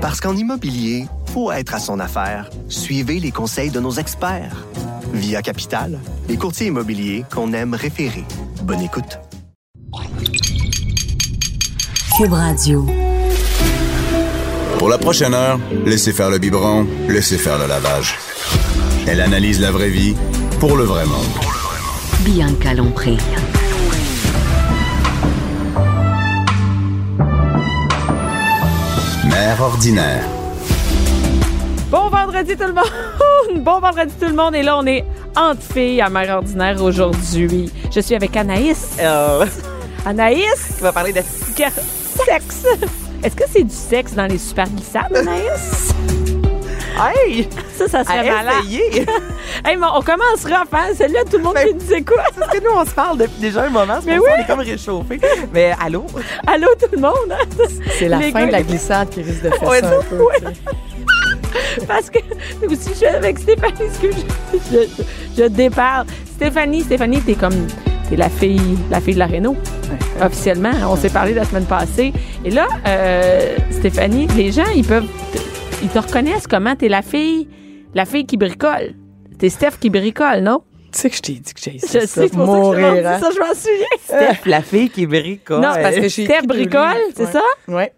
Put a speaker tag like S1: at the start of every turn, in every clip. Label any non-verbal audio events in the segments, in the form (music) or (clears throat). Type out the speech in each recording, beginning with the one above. S1: Parce qu'en immobilier, faut être à son affaire. Suivez les conseils de nos experts. Via Capital, les courtiers immobiliers qu'on aime référer. Bonne écoute.
S2: Cube Radio.
S3: Pour la prochaine heure, laissez faire le biberon, laissez faire le lavage. Elle analyse la vraie vie pour le vrai monde.
S2: Bianca Lompré.
S3: Mère ordinaire.
S4: Bon vendredi tout le monde! (laughs) Bon vendredi tout le monde! Et là, on est entre filles à mère ordinaire aujourd'hui. Je suis avec Anaïs.
S5: (laughs)
S4: Anaïs!
S5: On euh, va parler de
S4: Car- Sexe! Est-ce que c'est du sexe dans les super glissades, Anaïs?
S5: (laughs) Hey!
S4: Ça, ça
S5: À
S4: serait malade.
S5: essayer!
S4: (laughs)
S5: (laughs)
S4: Hey, mais on commence rough, hein? Celle-là, tout le monde
S6: Ben,
S5: Mais-
S4: qui nous écoute.
S5: Parce que nous, on se parle depuis déjà un moment. c'est
S4: Mais
S5: pour ça,
S4: oui.
S5: On est comme réchauffé. Mais (laughs) allô?
S4: Allô, tout le monde! hein?
S6: C'est la
S4: Les
S6: fin
S4: gars-
S6: de la glissade qui risque de (laughs) faire
S5: Ouais,
S6: ça un
S5: ça,
S6: peu. tu sais.
S4: Parce que (laughs) aussi, je suis avec Stéphanie, parce que je, je, je déparle. Stéphanie, Stéphanie, t'es comme. T'es la fille, la fille de la Renault. Officiellement, on s'est parlé la semaine passée. Et là, euh, Stéphanie, les gens, ils peuvent. te- Ils te reconnaissent comment t'es la fille, la fille qui bricole. T'es Steph qui bricole, non?
S6: Tu sais que je t'ai dit que j'ai
S4: Je sais, c'est pour ça hein. que je m'en
S6: mourir. hein.
S4: dis ça, je m'en (laughs) souviens.
S5: Steph, la fille qui bricole. Euh,
S4: Non, parce que Steph
S6: j'ai écrit deux
S4: bricole,
S6: livres,
S4: c'est
S6: ouais.
S4: ça?
S6: Ouais.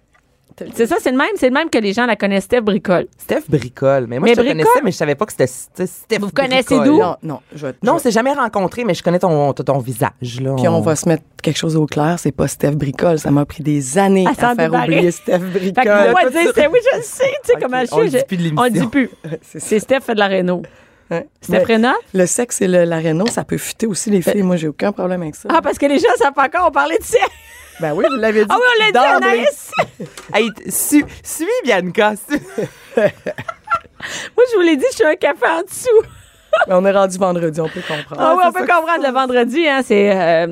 S4: C'est ça, c'est le même, c'est le même que les gens la connaissent, Steph bricole.
S5: Steph bricole. Mais moi,
S4: Mais
S5: je te
S4: bricole?
S5: connaissais, mais je savais pas que c'était c'était Steph
S4: Vous connaissez
S5: bricole.
S4: d'où?
S6: Non, non, je vais-
S5: Non, on
S6: je vais-
S5: s'est jamais rencontré, mais je connais ton, ton, ton visage. Là.
S6: Puis on va se mettre quelque chose au clair, c'est pas Steph Bricole. Ça m'a pris des années
S4: À
S6: à,
S4: s'en
S6: faire
S4: débarrasser.
S6: oublier Steph
S4: Fait que
S6: Bricole.
S4: moi, dire, c'est oui, je le sais, tu sais,
S5: Ok,
S4: comment je suis.
S5: on le
S4: je-
S5: dit plus de l'émission.
S4: On le dit
S5: (laughs)
S4: plus.
S6: C'est ça.
S4: C'est Steph fait de la réno.
S6: Ouais.
S4: Steph
S6: Mais
S4: Réna?
S6: Le sexe et le- la réno, ça peut fuiter aussi les filles. Moi, j'ai aucun problème avec ça.
S4: Ah, parce que les gens savent pas encore, on parlait de ça.
S6: ben oui, vous l'avez dit.
S4: Ah oui, on l'a dit,
S6: d'emblée.
S4: Anaïs.
S5: (laughs) Hey, t- su- suis Bianca. (laughs) su-
S4: (laughs) Moi, je vous l'ai dit, je suis un café en dessous.
S6: Mais on est rendu vendredi, on peut comprendre.
S4: Ah, oui, on peut comprendre le vendredi, hein, c'est... euh,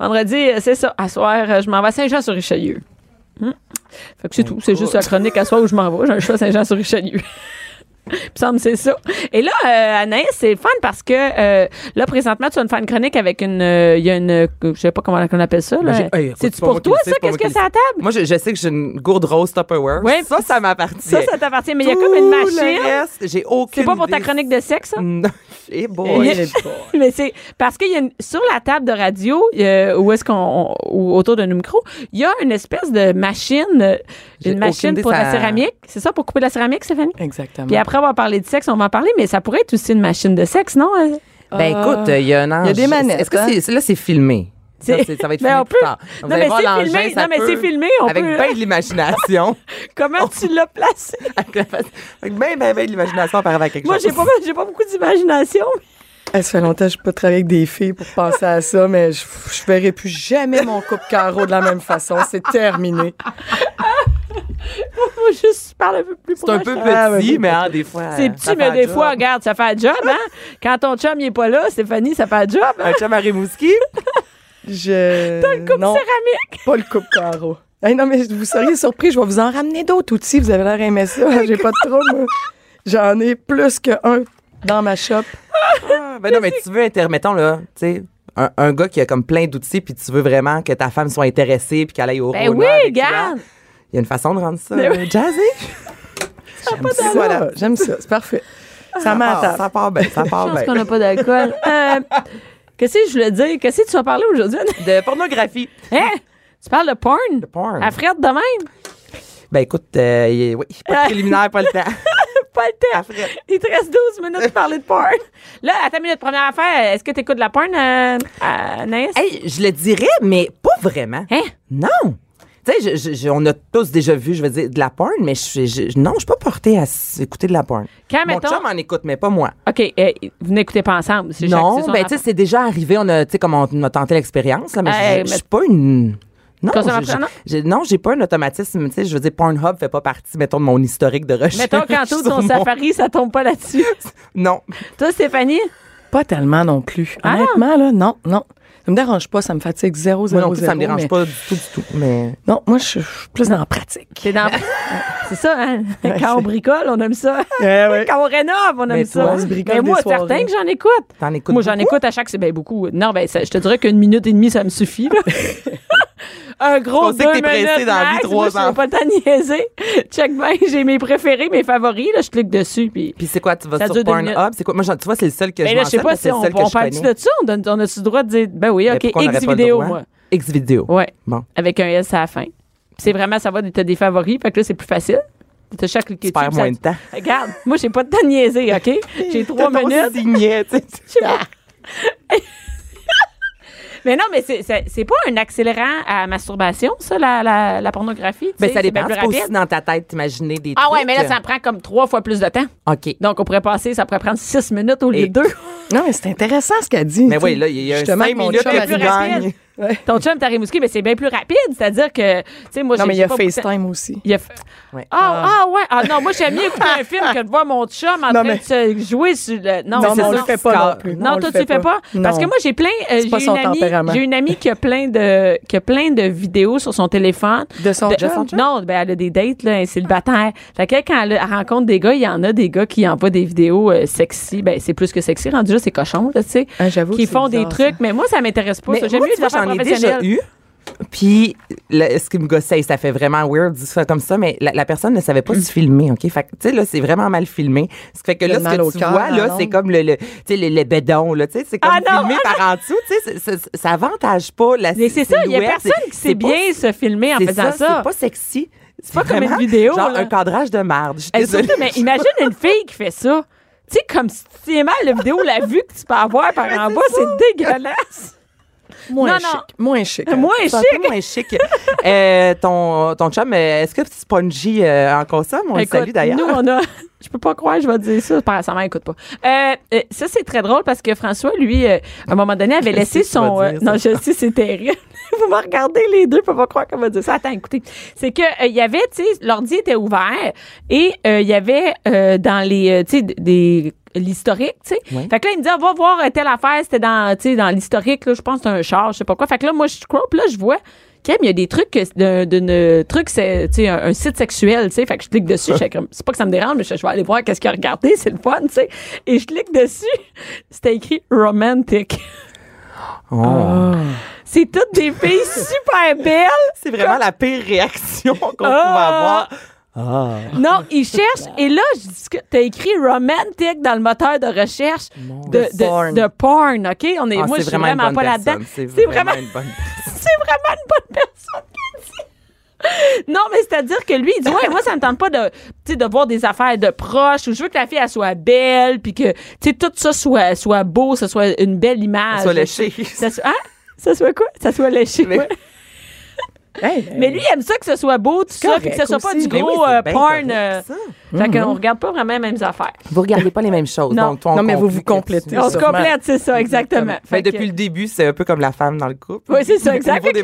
S4: vendredi, euh, c'est ça. À soir, euh, je m'en vais à Saint-Jean-sur-Richelieu. Hum. Fait que
S5: Oh,
S4: c'est tout. C'est juste la chronique à soir où je m'en vais. J'ai un choix à Saint-Jean-sur-Richelieu. (laughs) Il me semble que c'est ça. Et là, euh, Anaïs, c'est le fun parce que euh, là, présentement, tu vas nous faire une chronique avec une. euh, Il y a une. euh, Je sais pas comment on appelle ça. là.
S5: Ben, j'ai- hey, écoute,
S4: C'est-tu
S5: c'est pas moi
S4: pour
S5: qui
S4: toi,
S5: le sais,
S4: ça?
S5: c'est pas
S4: Qu'est-ce
S5: moi
S4: que
S5: qui
S4: c'est à la table?
S5: Moi, je, je sais que j'ai une gourde rose Tupperware.
S4: Ouais.
S5: Ça, ça m'appartient.
S4: Ça, ça t'appartient, mais il y a comme une
S5: Tout le
S4: machine.
S5: reste, J'ai aucune
S4: C'est pas pour ta
S5: idée.
S4: chronique de sexe, ça?
S5: Non. (laughs) Eh
S4: Il y
S5: boy.
S4: a- (laughs) mais c'est parce qu'il y a une- sur la table de radio euh, où est-ce qu'on on- ou autour de nos micros, il y a une espèce de machine, euh,
S5: J'ai
S4: une machine
S5: aucune idée,
S4: pour la
S5: ça-
S4: céramique, c'est ça pour couper de la céramique, Stéphanie. Puis
S6: Exactement.
S4: après avoir parlé de sexe, on va en parler, mais ça pourrait être aussi une machine de sexe, non hein?
S5: Ben
S6: Ah.
S5: écoute, il y a un ange.
S6: Il y a des manettes,
S5: Est-ce que
S6: hein?
S5: c'est, là, c'est filmé? Ça,
S4: C'est-
S5: c'est- ça va (laughs) être
S4: Ben,
S5: filmé
S4: on
S5: plus
S4: peut-
S5: tard. Vous
S4: Non,
S5: allez
S4: mais
S5: voir
S4: c'est
S5: l'engin,
S4: filmé.
S5: ça
S4: Non, mais
S5: peut-
S4: c'est filmé, on
S5: Avec
S4: peut-
S5: bien de l'imagination.
S4: (laughs)
S5: (laughs)
S4: Comment tu l'as placé (laughs)
S5: avec la face- avec bien, bien, bien de l'imagination, on peut arriver à quelque
S4: Moi, j'ai
S5: chose.
S4: pas j'ai pas beaucoup d'imagination.
S6: Eh, Ça fait longtemps que je peux pas travailler avec des filles pour penser à ça, mais je, je verrai plus jamais mon couple carreau de la même façon. C'est terminé.
S4: (laughs) Moi, juste je parle un peu plus
S5: C'est un peu
S4: proche.
S5: petit,
S6: Ah, ouais, ouais.
S5: mais hein, des fois.
S4: C'est
S5: euh, ça
S4: petit,
S5: fait
S4: mais
S5: un
S4: des
S5: job.
S4: fois, regarde, ça fait un job, (laughs) hein? Quand ton chum, il est pas là, Stéphanie, ça fait un job. hein?
S5: Un chum à Rimouski.
S6: Je.
S4: Une coupe
S6: non,
S4: céramique.
S6: pas le couple carreau. Eh, non, mais vous seriez surpris, je vais vous en ramener d'autres outils. Vous avez l'air aimé ça. J'ai pas de trouble. moi. J'en ai plus qu'un dans ma shop.
S5: (laughs) Ah, ben non, mais tu veux, intermettons, là, tu sais, un, un gars qui a comme plein d'outils, puis tu veux vraiment que ta femme soit intéressée, puis qu'elle aille au
S4: Ben
S5: Rona
S4: oui,
S5: avec toi.
S4: regarde.
S5: Il y a une façon de rendre ça
S4: Mais
S5: euh, (laughs) jazzy.
S6: J'aime ça. Voilà, j'aime ça. C'est parfait.
S5: Ah,
S6: Ça
S5: ben.
S6: m'attend.
S5: ça part bien, ça part
S4: Parce
S5: bien.
S4: qu'on n'a pas
S5: (laughs)
S4: d'alcool. Euh, Qu'est-ce que je voulais dire? Qu'est-ce que tu vas parler
S5: (laughs)
S4: aujourd'hui?
S5: De pornographie.
S4: hein? Tu parles de porn?
S5: Porn.
S4: À Fred de même?
S5: Ben écoute, euh, y- oui, pas de préliminaire, (laughs) pas le temps.
S4: Pas le temps.
S5: Fred.
S4: Il te reste 12 minutes de parler de porn. Là, à ta minute première affaire, est-ce que tu écoutes de la porn, euh, à Anaïs?
S5: Hey, je le dirais, mais pas vraiment.
S4: Hein?
S5: Non. Tu sais, je- je- je- on a tous déjà vu, je veux dire, de la porn, mais je, je- je- non, je suis pas portée à s- écouter de la porn.
S4: Quand,
S5: Mon
S4: Ah, mettons-
S5: chum en écoute, mais pas moi.
S4: OK, euh, vous n'écoutez pas ensemble. c'est chacun
S5: Non,
S4: son
S5: ben tu sais,
S4: affaire.
S5: c'est déjà arrivé, on a, tu sais, comme on, on a tenté l'expérience, là, mais
S4: Hey,
S5: je- je
S4: mais-
S5: je suis pas une... Non,
S4: Consommatrice,
S5: je- je-
S4: non?
S5: j'ai- non, j'ai pas un automatisme, tu sais, je veux dire, Pornhub fait pas partie, mettons, de mon historique de recherche.
S4: Mettons qu'en tout,
S5: (laughs) sur
S4: ton
S5: mon-
S4: safari, ça tombe pas
S5: (laughs)
S4: là-dessus.
S5: Non.
S4: Toi, Stéphanie?
S6: Pas tellement non plus.
S4: Ah non?
S6: Honnêtement, là, non, non. Ça me dérange pas, ça me fatigue zéro,
S5: Moi
S6: zéro,
S5: non plus, ça me
S6: zéro,
S5: dérange
S6: mais-
S5: pas du tout, du tout, mais...
S6: Non, moi, je je suis plus dans la pratique.
S4: T'es dans.
S5: Ah.
S4: (laughs) c'est ça,
S5: (laughs)
S4: hein? Quand on bricole, on aime ça.
S6: Eh oui.
S4: (laughs) Quand on rénove, on aime
S5: Mais
S4: ça.
S5: toi,
S6: on se bricole
S4: mais
S6: des
S4: moi,
S6: soirées.
S4: certain que j'en écoute.
S5: T'en écoutes
S4: Moi, j'en
S5: beaucoup? (laughs)
S4: écoute à chaque. Ben, beaucoup. Non, ben, ça- je te dirais qu'une minute et demie, ça me suffit, là. un gros
S5: On sait que
S4: deux
S5: t'es pressé
S4: minutes
S5: dans la vie,
S4: max.
S5: trois
S4: Moi, je
S5: ans.
S4: suis pas tant niaiser. (laughs) Check bien, j'ai mes préférés, mes favoris. Là, je clique dessus. Puis,
S5: Puis c'est quoi, tu vas
S4: Ça
S5: sur
S4: dure deux minutes.
S5: Pornhub? C'est quoi? Moi, j'en- tu vois, c'est le seul que
S4: mais
S5: je
S4: là,
S5: m'en
S4: je sais
S5: sers
S4: pas
S5: parce que
S4: si on,
S5: c'est le seul
S4: on
S5: que je
S4: parle-tu
S5: connais.
S4: de ça? On, donne- on a-tu le droit de dire, ben oui,
S5: Mais
S4: OK,
S5: pourquoi on n'aurait
S4: X
S5: pas le
S4: vidéo,
S5: droit?
S4: moi.
S5: X vidéo.
S4: Ouais,
S5: Bon.
S4: avec un S à la fin. Puis c'est vraiment, ça va, t'as des favoris. Fait que là, c'est plus facile. T'as chaque cliqué
S5: Tu perds
S4: dessus,
S5: moins
S4: ça-
S5: de temps.
S4: Regarde, moi, j'ai pas de temps de niaiser,
S5: (laughs)
S4: OK? J'ai trois
S5: T'as ton
S4: minutes. (laughs)
S5: signet, tu sais.
S4: Mais non, mais c'est- c'est c'est pas un accélérant à masturbation, ça, la, la, la pornographie. tu
S5: Ben,
S4: sais,
S5: ça
S4: c'est
S5: dépend.
S4: bien plus
S5: Tu peux aussi
S4: rapide.
S5: dans ta tête t'imaginer des
S4: Ah ouais,
S5: trucs.
S4: mais là, ça prend comme trois fois plus de temps.
S5: OK.
S4: Donc, on pourrait passer, ça pourrait prendre six minutes au lieu
S5: Et-
S4: de
S5: (laughs)
S4: deux.
S6: Non, mais c'est intéressant ce qu'elle dit.
S5: Mais
S6: tu
S5: oui,
S6: sais.
S5: là, il y a un
S6: Justement,
S5: cinq
S6: mon
S5: minutes
S6: chum,
S5: que
S6: elle
S5: tu
S6: dit-
S4: plus rapide.
S5: gagnes.
S6: Ouais.
S4: Ton chum, t'as remousqué, mais c'est bien plus rapide. C'est-à-dire que, tu sais, moi,
S6: Non,
S4: j'ai-
S6: mais il y
S4: j'ai
S6: a
S4: pas beaucoup de temps.
S6: FaceTime aussi.
S4: Il y a fa-
S5: Ouais.
S4: Ah, ah, ouais. Ah non, moi, j'aime mieux écouter
S6: (laughs)
S4: un film que de voir mon chum en train
S6: mais-
S4: de se jouer sur le. Non,
S6: Non,
S4: c'est
S6: mais on
S4: ça.
S6: le fait pas non plus.
S4: Non,
S6: on le
S4: toi, tu le fais pas. Parce
S6: Non.
S4: que moi, j'ai plein. euh,
S6: C'est pas
S4: j'ai
S6: son
S4: une amie-
S6: tempérament.
S4: J'ai une amie qui a plein de, qui a plein de vidéos sur son téléphone.
S6: De son job?
S4: Non, ben, elle a des dates, là, elle est célibataire. Fait que quand elle, elle rencontre des gars, il y en a des gars qui envoient des vidéos euh, sexy. Ben, c'est plus que sexy. Rendu là, c'est cochon, là, tu sais.
S6: Ah, j'avoue
S4: Qui
S6: que c'est
S4: font des
S6: bizarre,
S4: trucs. Mais moi, ça m'intéresse pas.
S5: Mais
S4: ça. J'aime
S5: moi,
S4: mieux
S5: tu vois,
S4: les affaires
S5: j'en ai déjà
S4: professionnelles.
S5: eu. Puis, le- ce qui me gossait, ça fait vraiment weird, dit ça comme ça, mais la, la personne ne savait pas
S4: Mm.
S5: se filmer, OK? Fait que, tu sais, là, c'est vraiment mal filmé. Ce qui fait que
S6: Le
S5: là, ce
S6: mal au
S5: que tu
S6: cœur,
S5: vois, là,
S6: alors.
S5: c'est comme le, le- tu sais, le, le bédon, là, tu sais, c'est comme
S4: Ah non,
S5: filmé
S4: ah
S5: par en dessous, tu sais, c'est- c'est- ça avantage pas la
S4: Mais c'est ça, il y a
S5: silhouette,
S4: personne qui
S5: c'est
S4: sait
S5: pas-
S4: bien se filmer en
S5: c'est
S4: faisant ça.
S5: C'est pas sexy. C'est
S4: pas comme une
S5: vraiment
S4: vidéo,
S5: Genre
S4: là.
S5: un cadrage de marde. Je suis
S4: Hey,
S5: désolée.
S4: surtout, mais imagine une fille qui fait ça. Tu sais, comme si tu aimais la vidéo, la vue que tu peux avoir par en bas, c'est dégueulasse.
S6: Moins
S4: Non,
S6: chic.
S4: non.
S6: Moins
S5: (laughs)
S6: chic.
S4: Moins
S5: C'est un
S4: chic.
S5: peu moins chic. Euh, ton, ton chum, euh, est-ce que Spongy euh, en consomme? On
S4: Écoute,
S5: le salue d'ailleurs.
S4: Nous, on a. Je peux pas croire, je vais dire ça. Par- Sa mère écoute pas. Euh, euh, ça, c'est très drôle parce que François, lui, euh, à un moment donné, avait laissé
S5: sais que tu
S4: son.
S5: vas
S4: euh,
S5: dire
S4: non, je sais, c'est terrible. (laughs) Vous me regardez les deux, je peux pas croire qu'on va dire ça. Attends, écoutez. C'est que euh, il y avait, tu sais, l'ordi était ouvert et euh, il y avait euh, dans les, euh, tu sais, des l'historique, tu sais.
S5: Oui.
S4: Fait que là, il me dit, on va voir euh, telle affaire, c'était dans, tu sais, dans l'historique, là, je pense que c'est un char, je sais pas quoi. Fait que là, moi, je scroll, puis là, je vois, Kim, il y a des trucs, que- d'un d'une- euh, truc, c'est, tu sais, un, un site sexuel, tu sais. Fait que je clique dessus, je fais comme, c'est pas que ça me dérange, mais je, je vais aller voir qu'est-ce qu'il a regardé, (laughs) c'est le fun, tu sais. Et je clique dessus, c'était écrit romantic.
S5: Oh.
S4: C'est toutes des
S5: (laughs)
S4: filles super belles.
S5: C'est vraiment la pire réaction qu'on pouvait
S4: Ah.
S5: avoir. Ah.
S4: Non, ils cherchent. Et là, je dis que t'as écrit romantic dans le moteur de recherche de,
S5: Dieu.
S4: de, porn. de porn, OK? On est,
S5: Ah,
S4: moi, je
S5: c'est
S4: suis
S5: vraiment une
S4: vraiment
S5: bonne
S4: pas là-dedans.
S5: personne. C'est
S4: C'est
S5: vraiment
S4: vraiment-
S5: une
S4: (laughs)
S5: bonne
S4: C'est vraiment une bonne personne qui le dit. Non, mais c'est-à-dire que lui, il dit Ouais, moi, ça me tente pas de, tu sais, de voir des affaires de proches ou je veux que la fille, elle soit belle, puis que tu sais, tout ça soit, soit beau, ça soit une belle image.
S5: Ça soit léché.
S4: Ça soit, hein? Ça soit quoi? Ça soit léché.
S5: Mais-
S4: ouais.
S6: Hey, ben,
S4: Mais lui, il aime ça que ce soit beau, tout ça,
S6: correct
S4: puis que ce soit pas
S6: aussi. Mm-hmm.
S4: du
S5: Mais oui,
S4: gros
S5: c'est
S4: euh,
S5: bien
S4: porn.
S5: correct,
S4: euh,
S5: ça.
S4: Fait qu'on regarde pas vraiment les mêmes affaires.
S5: Vous regardez pas les mêmes choses.
S4: Non.
S5: donc, toi, on
S6: Non, mais vous vous
S5: complète-
S6: complétez.
S4: On se
S6: sûrement.
S4: complète, c'est ça, exactement.
S6: Exactement.
S5: Mais
S4: Fait que-
S5: Ben, depuis le début, c'est un peu comme la femme dans le couple.
S4: Oui, c'est ça,
S5: Au niveau
S4: exact.
S5: des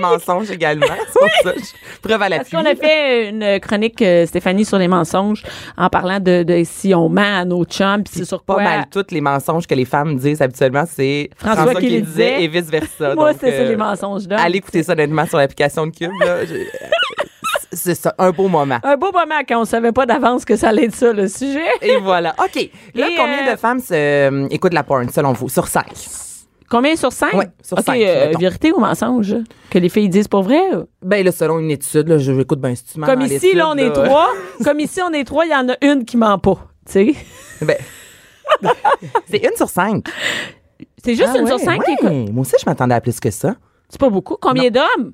S4: (laughs)
S5: mensonges également. C'est pour ça, je- Preuve à
S4: Parce
S5: l'appui.
S4: qu'on a fait une chronique, euh, Stéphanie, sur les mensonges, en parlant de, de si on ment à nos chums, puis c'est sur
S5: Pas
S4: quoi-
S5: mal toutes les mensonges que les femmes disent habituellement, c'est
S4: François qui les disait.
S5: et vice versa.
S4: Moi,
S5: Donc,
S4: c'est ça,
S5: euh,
S4: les mensonges là.
S5: Allez écouter ça honnêtement sur l'application de Cube. là. Je- euh, c'est ça, un beau moment.
S4: Un beau moment quand on savait pas d'avance que ça allait être ça, le sujet.
S5: Et voilà. OK. Là,
S4: Et,
S5: combien
S4: euh,
S5: de femmes se- écoutent la porn, selon vous, sur 5?
S4: Combien sur cinq?
S5: Ouais, sur
S4: OK,
S5: cinq,
S4: euh,
S5: mettons.
S4: vérité ou mensonge? Que les filles disent pour vrai?
S5: Ben là, selon une étude, là, je écoute ben si tu mens
S4: Comme
S5: dans
S4: ici,
S5: l'étude,
S4: là, on est trois. Comme ici, on est trois, il y en a une qui ment pas, tu sais.
S5: Ben, c'est une sur cinq.
S4: C'est juste
S6: Ah
S4: une sur
S6: ouais,
S4: cinq qui
S5: Ouais,
S4: écoute.
S5: moi aussi, je m'attendais à plus que ça.
S4: C'est pas beaucoup. Combien d'hommes?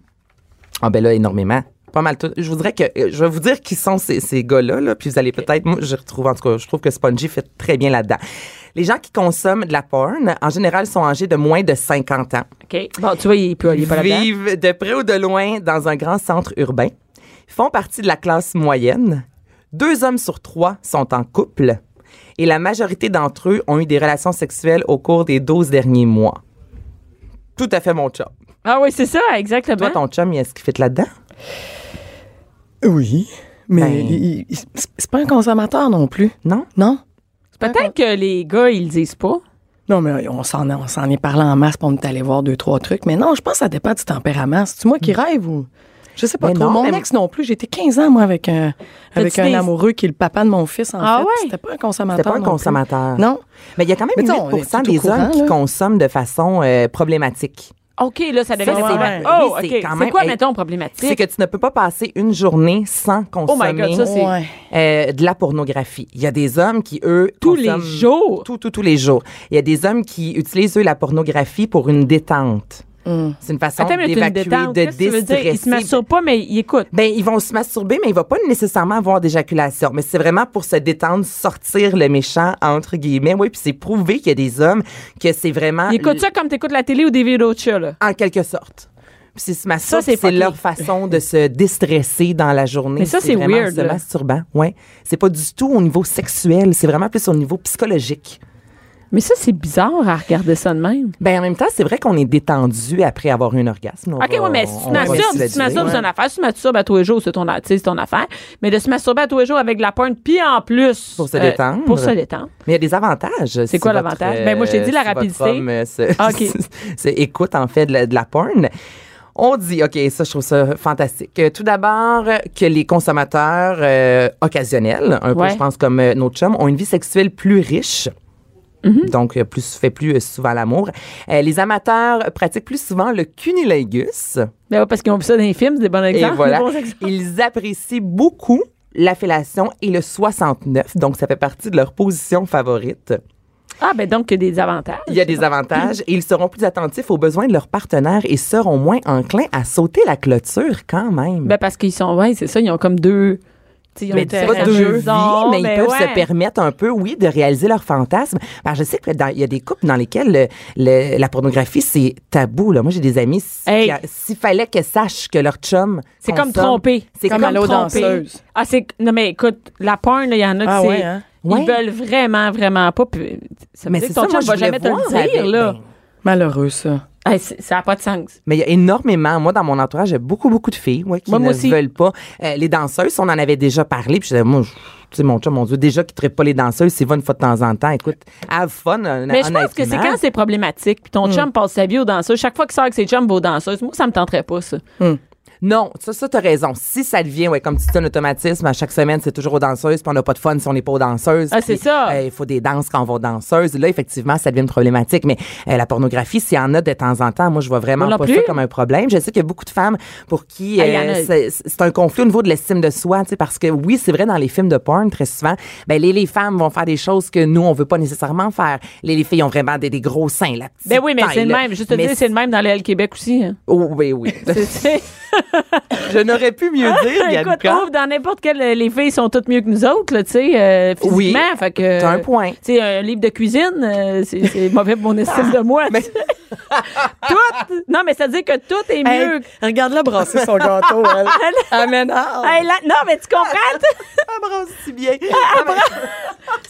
S5: Ah ben là, énormément. Pas mal tout. Je voudrais que euh, je vais vous dire qui sont ces, ces gars-là, là, puis vous allez peut-être. Moi, je retrouve en tout cas, je trouve que Spongy fait très bien là-dedans. Les gens qui consomment de la porn, en général, sont âgés de moins de 50 ans.
S4: OK. Bon, tu vois, il peut aller pas là-dedans.
S5: vivent de près ou de loin dans un grand centre urbain, font partie de la classe moyenne. Deux hommes sur trois sont en couple et la majorité d'entre eux ont eu des relations sexuelles au cours des 12 derniers mois. Tout à fait mon chum.
S4: Ah oui, c'est ça,
S5: Toi,
S4: exactement.
S5: ton chum, est-ce qu'il fit là-dedans?
S6: Oui. Mais
S5: Ben.
S6: il- il- c'est- c'est pas un consommateur non plus.
S5: Non?
S6: Non?
S4: Peut-être que les gars, ils le disent pas.
S6: Non, mais on s'en, on s'en est parlé en masse pour on est allé voir deux, trois trucs. Mais non, je pense que ça dépend du tempérament. C'est-tu moi qui rêve ou. Je sais pas
S5: Mais
S6: trop.
S5: non,
S6: mon
S5: mais-
S6: ex non plus. J'étais 15 ans, moi, avec un, avec
S4: T'as-tu
S6: un
S4: des-
S6: amoureux qui est le papa de mon fils, en
S4: Ah
S6: fait.
S4: ouais?
S6: C'était pas un consommateur.
S5: C'était pas un
S6: non plus.
S5: consommateur.
S6: Non.
S5: Mais il y a quand même
S6: Mais tu sais,
S5: 8
S6: on est tout
S5: des
S6: au courant,
S5: hommes qui
S6: là.
S5: consomment de façon euh, problématique.
S4: OK, là, ça devient
S5: c'est
S4: problématique.
S5: vrai.
S4: Oh,
S5: Oui,
S4: OK.
S5: c'est quand
S4: C'est
S5: même-
S4: quoi,
S5: hey,
S4: mettons,
S5: C'est
S4: problématique?
S5: que tu ne peux pas passer une journée sans
S4: Oh my
S5: consommer
S4: God, ça, c'est...
S6: Ouais.
S5: euh, de la pornographie. Il y a des hommes qui, eux,
S4: Tous les
S5: consomment-
S4: jours?
S5: Tout, tout, tous les jours. Il y a des hommes qui utilisent, eux, la pornographie pour une détente. C'est une façon
S4: Attends, mais t'as une
S5: d'évacuer,
S4: détente.
S5: de
S4: Qu'est-ce que tu veux dire? Ils se
S5: déstresser.
S4: masturbe pas, mais ils écoutent.
S5: Ben, ils vont se masturber, mais il va pas nécessairement avoir d'éjaculation. Mais c'est vraiment pour se détendre, sortir le méchant, entre guillemets. Oui, puis c'est prouvé qu'il y a des hommes que c'est vraiment...
S4: Ils écoutent ça comme t'écoutes la télé ou des vidéos de chat, là.
S5: En quelque sorte. Puis c'est se masturber,
S4: c'est
S5: c'est
S4: fucké.
S5: leur façon de se déstresser dans la journée.
S4: Mais ça, c'est
S5: vraiment
S4: weird,
S5: Se
S4: là.
S5: masturbant, ouais. C'est pas du tout au niveau sexuel, c'est vraiment plus au niveau psychologique.
S4: Mais ça, c'est bizarre à regarder ça de même.
S5: Ben en même temps, c'est vrai qu'on est détendu après avoir eu un orgasme. On
S4: OK,
S5: va-
S4: ouais, mais si
S5: on
S4: tu
S5: va
S4: masturbes,
S5: se le
S4: si tu
S5: dire.
S4: masturbes, c'est une
S5: Ouais.
S4: affaire. Si tu masturbes à tous les jours, c'est ton, tu sais, c'est ton affaire. Mais de se masturber à tous les jours avec de la pointe, puis en plus.
S5: Pour se
S4: euh,
S5: détendre.
S4: Pour se détendre.
S5: Mais il y a des avantages. si
S4: quoi
S5: votre,
S4: l'avantage?
S5: euh,
S4: Ben, moi, je t'ai dit la
S5: si votre
S4: rapidité.
S5: homme, euh, se-
S4: Ah, OK.
S5: (laughs) se- écoute, en fait, de la, de la porn. On dit, OK, ça, je trouve ça fantastique. Euh, Tout d'abord, euh, que les consommateurs euh, occasionnels, un peu,
S4: Ouais.
S5: je pense, comme euh, nos chums, ont une vie sexuelle plus riche.
S4: Mm-hmm.
S5: Donc, euh, plus fait plus euh, souvent l'amour. Euh, les amateurs pratiquent plus souvent le cunilingus.
S4: Ben ouais, parce qu'ils ont vu ça dans les films, c'est des bons
S5: Et
S4: exemples.
S5: voilà.
S4: des bons exemples.
S5: Ils apprécient beaucoup la fellation et le 69. Donc, ça fait partie de leur position favorite.
S4: Ah, ben donc, il y a des avantages.
S5: Il y a des avantages et ils seront plus attentifs aux besoins de leur partenaire et seront moins enclins à sauter la clôture quand même.
S4: Ben parce qu'ils sont, ouais, c'est ça, ils ont comme deux. tu sais, Ils ont
S5: mais
S4: une
S5: c'est pas
S4: terrasse,
S5: deux
S4: une
S5: vies,
S4: maison,
S5: mais ils
S4: ben
S5: peuvent
S4: ouais.
S5: se permettre un peu, oui, de réaliser leurs fantasmes. Ben, je sais que dans- il y a des couples dans lesquels le- le- la pornographie, c'est tabou. Là. Moi, j'ai des amis, si-
S4: Hey.
S5: qui a- s'il fallait qu'elles sachent que leur chum
S4: C'est comme
S5: consomme-
S4: tromper.
S5: C'est
S6: Comme
S5: comme,
S6: à l'eau
S5: tromper.
S6: danseuse.
S4: Ah, c'est. Non, mais écoute, la porn, là, il y en a qui
S6: Ah
S4: c'est-
S6: ouais, hein?
S4: ils
S5: Ouais.
S4: veulent vraiment, vraiment pas. Puis, ça veut
S5: Mais
S4: dire
S5: c'est
S4: que ton
S5: ça, moi,
S4: chum
S5: je
S4: va
S5: voulais
S4: jamais te
S5: voir
S4: le dire,
S5: avec-
S4: là.
S5: ben,
S6: Malheureux, ça.
S4: Hey, c'est- ça n'a pas de sens.
S5: Mais il y a énormément, moi, dans mon entourage, j'ai beaucoup, beaucoup de filles ouais, qui
S4: Moi,
S5: ne
S4: moi aussi.
S5: veulent pas. Euh, les danseuses, on en avait déjà parlé. Puis je disais, moi, je- tu sais, mon chum, mon Dieu, déjà qui ne pas les danseuses, c'est va une fois de temps en temps. Écoute, have fun. euh,
S4: Mais Hmm. je pense que c'est quand c'est problématique. Puis ton chum passe sa vie aux danseuses. Chaque fois qu'il sort avec ses chums, va aux danseuses. Moi, ça me tenterait pas, ça.
S5: Non, ça, ça, t'as raison. Si ça devient, ouais, comme tu dis, un automatisme, à chaque semaine, c'est toujours aux danseuses, puis on n'a pas de fun si on n'est pas aux danseuses.
S4: Ah, c'est
S5: puis,
S4: ça.
S5: euh, Il faut des danses quand on va aux danseuses. Là, effectivement, ça devient une problématique. Mais euh, la pornographie, s'il y en a de temps en temps, moi, je vois vraiment
S4: Moi non
S5: pas
S4: plus.
S5: ça comme un problème. Je sais qu'il y a beaucoup de femmes pour qui
S4: Ah, il y en a.
S5: euh, c'est- c'est un conflit au niveau de l'estime de soi, tu sais, parce que oui, c'est vrai, dans les films de porn, très souvent, ben, les, les femmes vont faire des choses que nous, on veut pas nécessairement faire. Les, les filles ont vraiment des, des gros seins, la petite
S4: Ben oui, mais
S5: taille,
S4: c'est le
S5: là.
S4: même. Juste te
S5: Mais
S4: dire, c'est le même dans le L Québec aussi. hein.
S5: Oh, oui, oui.
S4: C'est- c'est-
S5: (laughs)
S4: (laughs)
S5: je n'aurais pu mieux dire,
S4: Écoute,
S5: Bianca.
S4: ouvre dans n'importe quel. euh, Les filles sont toutes mieux que nous autres, là, tu sais, euh, physiquement.
S5: Oui.
S4: Fait que.
S5: T'as un point.
S4: Tu sais, un livre de cuisine, euh, c'est c'est mauvais pour mon estime de moi. (laughs) tout! Non, mais ça veut dire que tout est mieux.
S6: Hey, Regarde-la brasser son gâteau, elle. Ah, Amen.
S4: Hey, là- non, mais tu comprends?
S5: (laughs) Elle brasse si bien.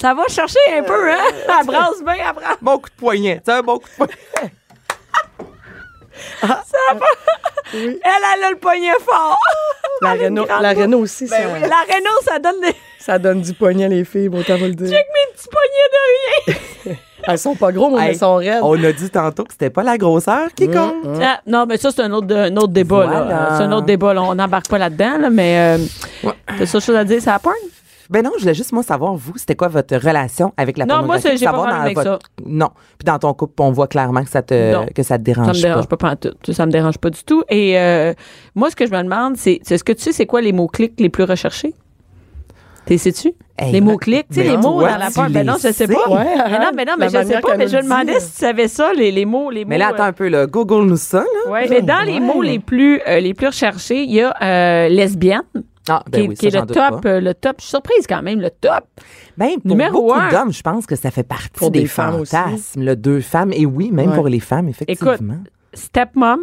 S4: ça va chercher un
S5: (laughs)
S4: peu, hein? Elle brasse bien, elle brasse.
S5: Bon coup de poignet. C'est un bon coup de poignet.
S4: Elle, elle a le poignet fort.
S6: La
S4: Elle a une
S6: Renault,
S4: grande
S6: la
S4: bouche.
S6: Renault aussi, ça,
S4: Ben La Renault, ça donne des... (laughs)
S6: ça donne du poignet, les filles, bon, t'as vous le dire.
S4: Check mes petits poignets de rien.
S6: Elles sont pas grosses, mais
S5: Hey,
S6: elles sont raides.
S5: On a dit tantôt que c'était pas la grosseur qui compte.
S4: Ah, non, mais ça, c'est un autre, de- un autre débat. là.
S5: Hum. Voilà.
S4: C'est un autre débat. là. On n'embarque pas là-dedans, là, mais euh, t'as ça chose à dire, ça porn?
S5: Ben non, je voulais juste moi savoir vous, c'était quoi votre relation avec la
S4: Non, moi,
S5: pornographie,
S4: c'est- j'ai pas
S5: savoir
S4: de problème
S5: dans
S4: avec
S5: Non. Puis dans ton couple, on voit clairement que ça te
S4: Non.
S5: que ça te
S4: Ça
S5: dérange,
S4: me dérange
S5: pas.
S4: pas, pas en tout. Ça me dérange pas du tout. Et euh, moi, ce que je me demande, c'est est-ce que tu sais c'est quoi les mots-clics les plus recherchés? T'es sais-tu?
S5: Hey,
S4: les
S5: ben,
S4: mots-clics, tu sais,
S5: ben,
S4: les mots
S5: toi,
S4: dans la
S5: tu
S4: porn. Ben
S5: les
S4: non, je sais pas.
S5: sais.
S6: Ouais,
S4: Mais non, mais non, mais
S6: la
S4: je sais
S6: manière
S4: pas.
S6: qu'elle
S4: Mais
S6: nous
S4: je
S6: le
S4: demandais
S6: dit.
S4: si tu savais ça, les, les mots. Les
S5: Mais
S4: mots,
S5: là attends un peu là, google nous ça là.
S4: euh, ouais, mais dans les mots les plus, euh, les plus recherchés, il y a euh, lesbienne,
S5: Ah,
S4: qui,
S5: ben
S4: est-
S5: oui,
S4: qui
S5: ça,
S4: est
S5: j'en
S4: le
S5: doute
S4: top,
S5: pas.
S4: euh, le top. Je suis surprise quand même, le top.
S5: Ben, pour
S4: Numéro
S5: beaucoup
S4: un.
S5: d'hommes, je pense que ça fait partie
S6: Pour
S5: des,
S6: des femmes aussi.
S5: fantasmes, là, deux femmes et oui, même
S6: Ouais.
S5: pour les femmes effectivement.
S4: Stepmom,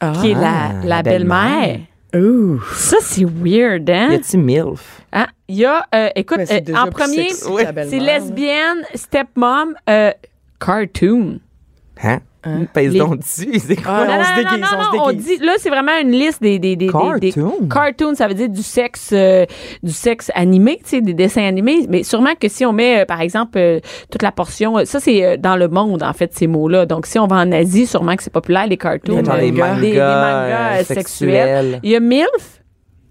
S6: Ah.
S4: qui est la,
S5: Ah,
S4: la
S5: la
S4: belle-mère.
S5: belle-mère.
S6: Ouh.
S4: Ça, c'est weird, hein?
S5: Y a-tu milf
S4: Hein? Il y a, euh, écoute,
S6: Mais c'est
S4: euh,
S6: déjà
S4: en
S6: plus
S4: premier,
S6: sexy que la belle-mère,
S4: c'est
S6: là.
S4: lesbienne, stepmom, euh, cartoon.
S5: Hein? Pèse donc dessus, c'est quoi?
S6: Ah,
S4: Non,
S6: on
S4: non,
S6: se
S4: non,
S6: déguise,
S4: non,
S6: on se
S4: non, on
S6: déguise.
S4: dit, là, c'est vraiment une liste des, des, des, des- des-
S5: Cartoon.
S4: cartoon, ça veut dire du sexe, euh, du sexe animé, tu sais, des dessins animés. Mais sûrement que si on met, euh, par exemple, euh, toute la portion, euh, ça, c'est euh, dans le monde, en fait, ces mots-là. Donc, si on va en Asie, sûrement que c'est populaire, les cartoons. euh,
S5: Dans les mangas,
S4: des, des mangas,
S5: euh,
S4: euh, sexuels.
S5: sexuels.
S4: Il y a MILF,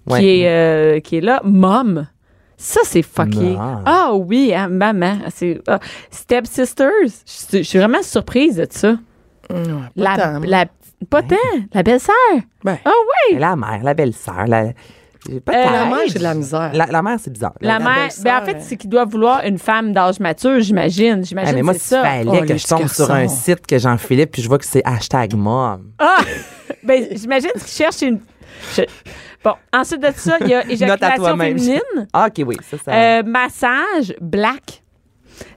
S5: Ouais.
S4: qui, est, euh, qui est là. Mom. Ça, c'est fucké.
S5: Mom.
S4: Ah oui, hein, maman. C'est, ah. Step Sisters. Je suis- je suis vraiment surprise de ça. La,
S6: tant, moi.
S4: la, pas tant, la belle-sœur.
S6: Ben,
S4: Ah oui!
S5: La mère, la belle-sœur, la... j'ai pas
S4: Euh,
S5: tant-
S6: la mère, j'ai de la misère.
S5: La, la mère, c'est bizarre.
S4: La,
S5: Ah,
S4: mère,
S6: belle-sœur,
S4: ben en fait,
S6: elle-
S4: c'est qu'il doit vouloir une femme d'âge mature, j'imagine. J'imagine
S5: Ah, mais moi,
S4: c'est
S5: s'il
S4: ça.
S5: fallait
S6: Oh,
S5: que
S6: les
S5: je tombe
S6: petits
S5: sur un
S6: garçons.
S5: site que Jean-Philippe, puis je vois que c'est hashtag mom.
S4: Ah! ben, j'imagine qu'il cherche une. je- Bon, ensuite de ça,
S5: (laughs)
S4: il y a éjaculation
S5: toi-même.
S4: féminine,
S5: Ah, OK, oui, ça, ça...
S4: euh, massage, black.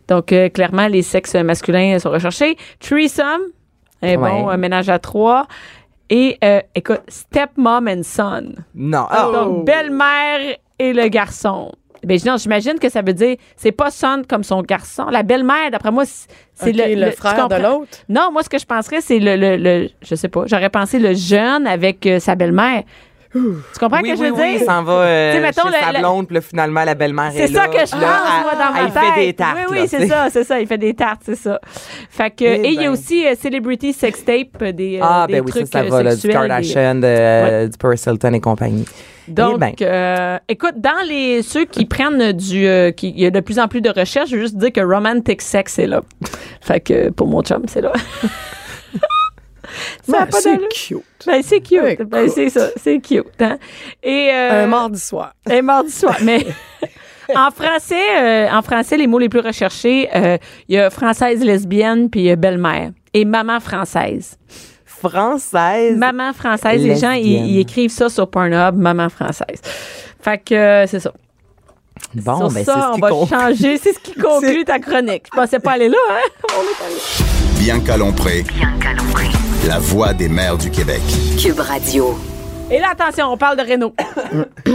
S4: Donc, euh, clairement, les sexes masculins sont recherchés. Threesome, un bon
S5: Ouais.
S4: euh, ménage à trois. Et, euh, écoute, stepmom and son.
S5: Non.
S6: Oh.
S5: Ah,
S4: Donc, ben, belle-mère et le garçon. Ben, non, j'imagine que ça veut dire, c'est pas son comme son garçon. La belle-mère, d'après moi, c'est c'est
S6: Ok, le
S4: tu
S6: frère de
S4: comprends?
S6: l'autre?
S4: Non, moi, ce que je penserais, c'est le, le, le- Je sais pas. J'aurais pensé le jeune avec euh, sa belle-mère. Tu comprends
S5: oui,
S4: ce que
S5: oui,
S4: je veux
S5: oui,
S4: dire?
S5: il s'en va euh,
S4: Tu sais, mettons,
S5: chez
S4: le-
S5: sa
S4: le-
S5: blonde, puis là, finalement, la belle-mère est,
S4: C'est ça
S5: là,
S4: que je pense,
S5: puis là,
S4: moi,
S5: elle-
S4: dans ma
S5: elle
S4: tête.
S5: fait des tartes.
S4: oui, oui,
S5: là,
S4: c'est
S5: tu sais.
S4: ça, c'est ça. Il fait des tartes, c'est ça. Fait que,
S5: Eh
S4: et il y
S5: ben.
S4: a aussi euh, Celebrity Sextape, euh, des, euh,
S5: Ah,
S4: des
S5: ben oui, ça,
S4: trucs
S5: ça
S4: euh,
S5: va, là, du
S4: sexuels, des-
S5: Kardashian, de, euh, du Paris Hilton et compagnie. Eh
S4: Donc,
S5: ben,
S4: euh, écoute, dans les ceux qui prennent du, euh, qui, il y a de plus en plus de recherches. Je veux juste dire que romantic sex est là. fait que pour mon chum, c'est là. (laughs) ça a
S6: Ben,
S4: pas
S6: c'est
S4: d'allure.
S6: cute.
S4: Ben c'est cute.
S6: Écoute.
S4: Ben c'est ça, c'est cute. Hein? Et euh,
S6: Un mardi soir.
S4: et mardi soir. Mais (laughs) en français, euh, en français, les mots les plus recherchés, euh, il y a française lesbienne puis euh, belle-mère et maman française.
S5: française.
S4: Maman française, les gens
S5: Lesbienne.
S4: ils, ils écrivent ça sur Pornhub, maman française. Fait que euh, c'est ça.
S5: Bon,
S4: Sur
S5: ben, c'est
S4: ça,
S5: ce
S4: on
S5: qui
S4: va
S5: compte.
S4: changer. C'est
S5: (laughs)
S4: ce qui conclut ta chronique. Je pensais pas aller là, hein? On est allé.
S3: Bianca Lompré,
S2: Bianca Lompré.
S3: la voix des mères du Québec.
S2: Cube Radio.
S4: Et là, attention, on parle de
S6: (coughs)
S4: Renault.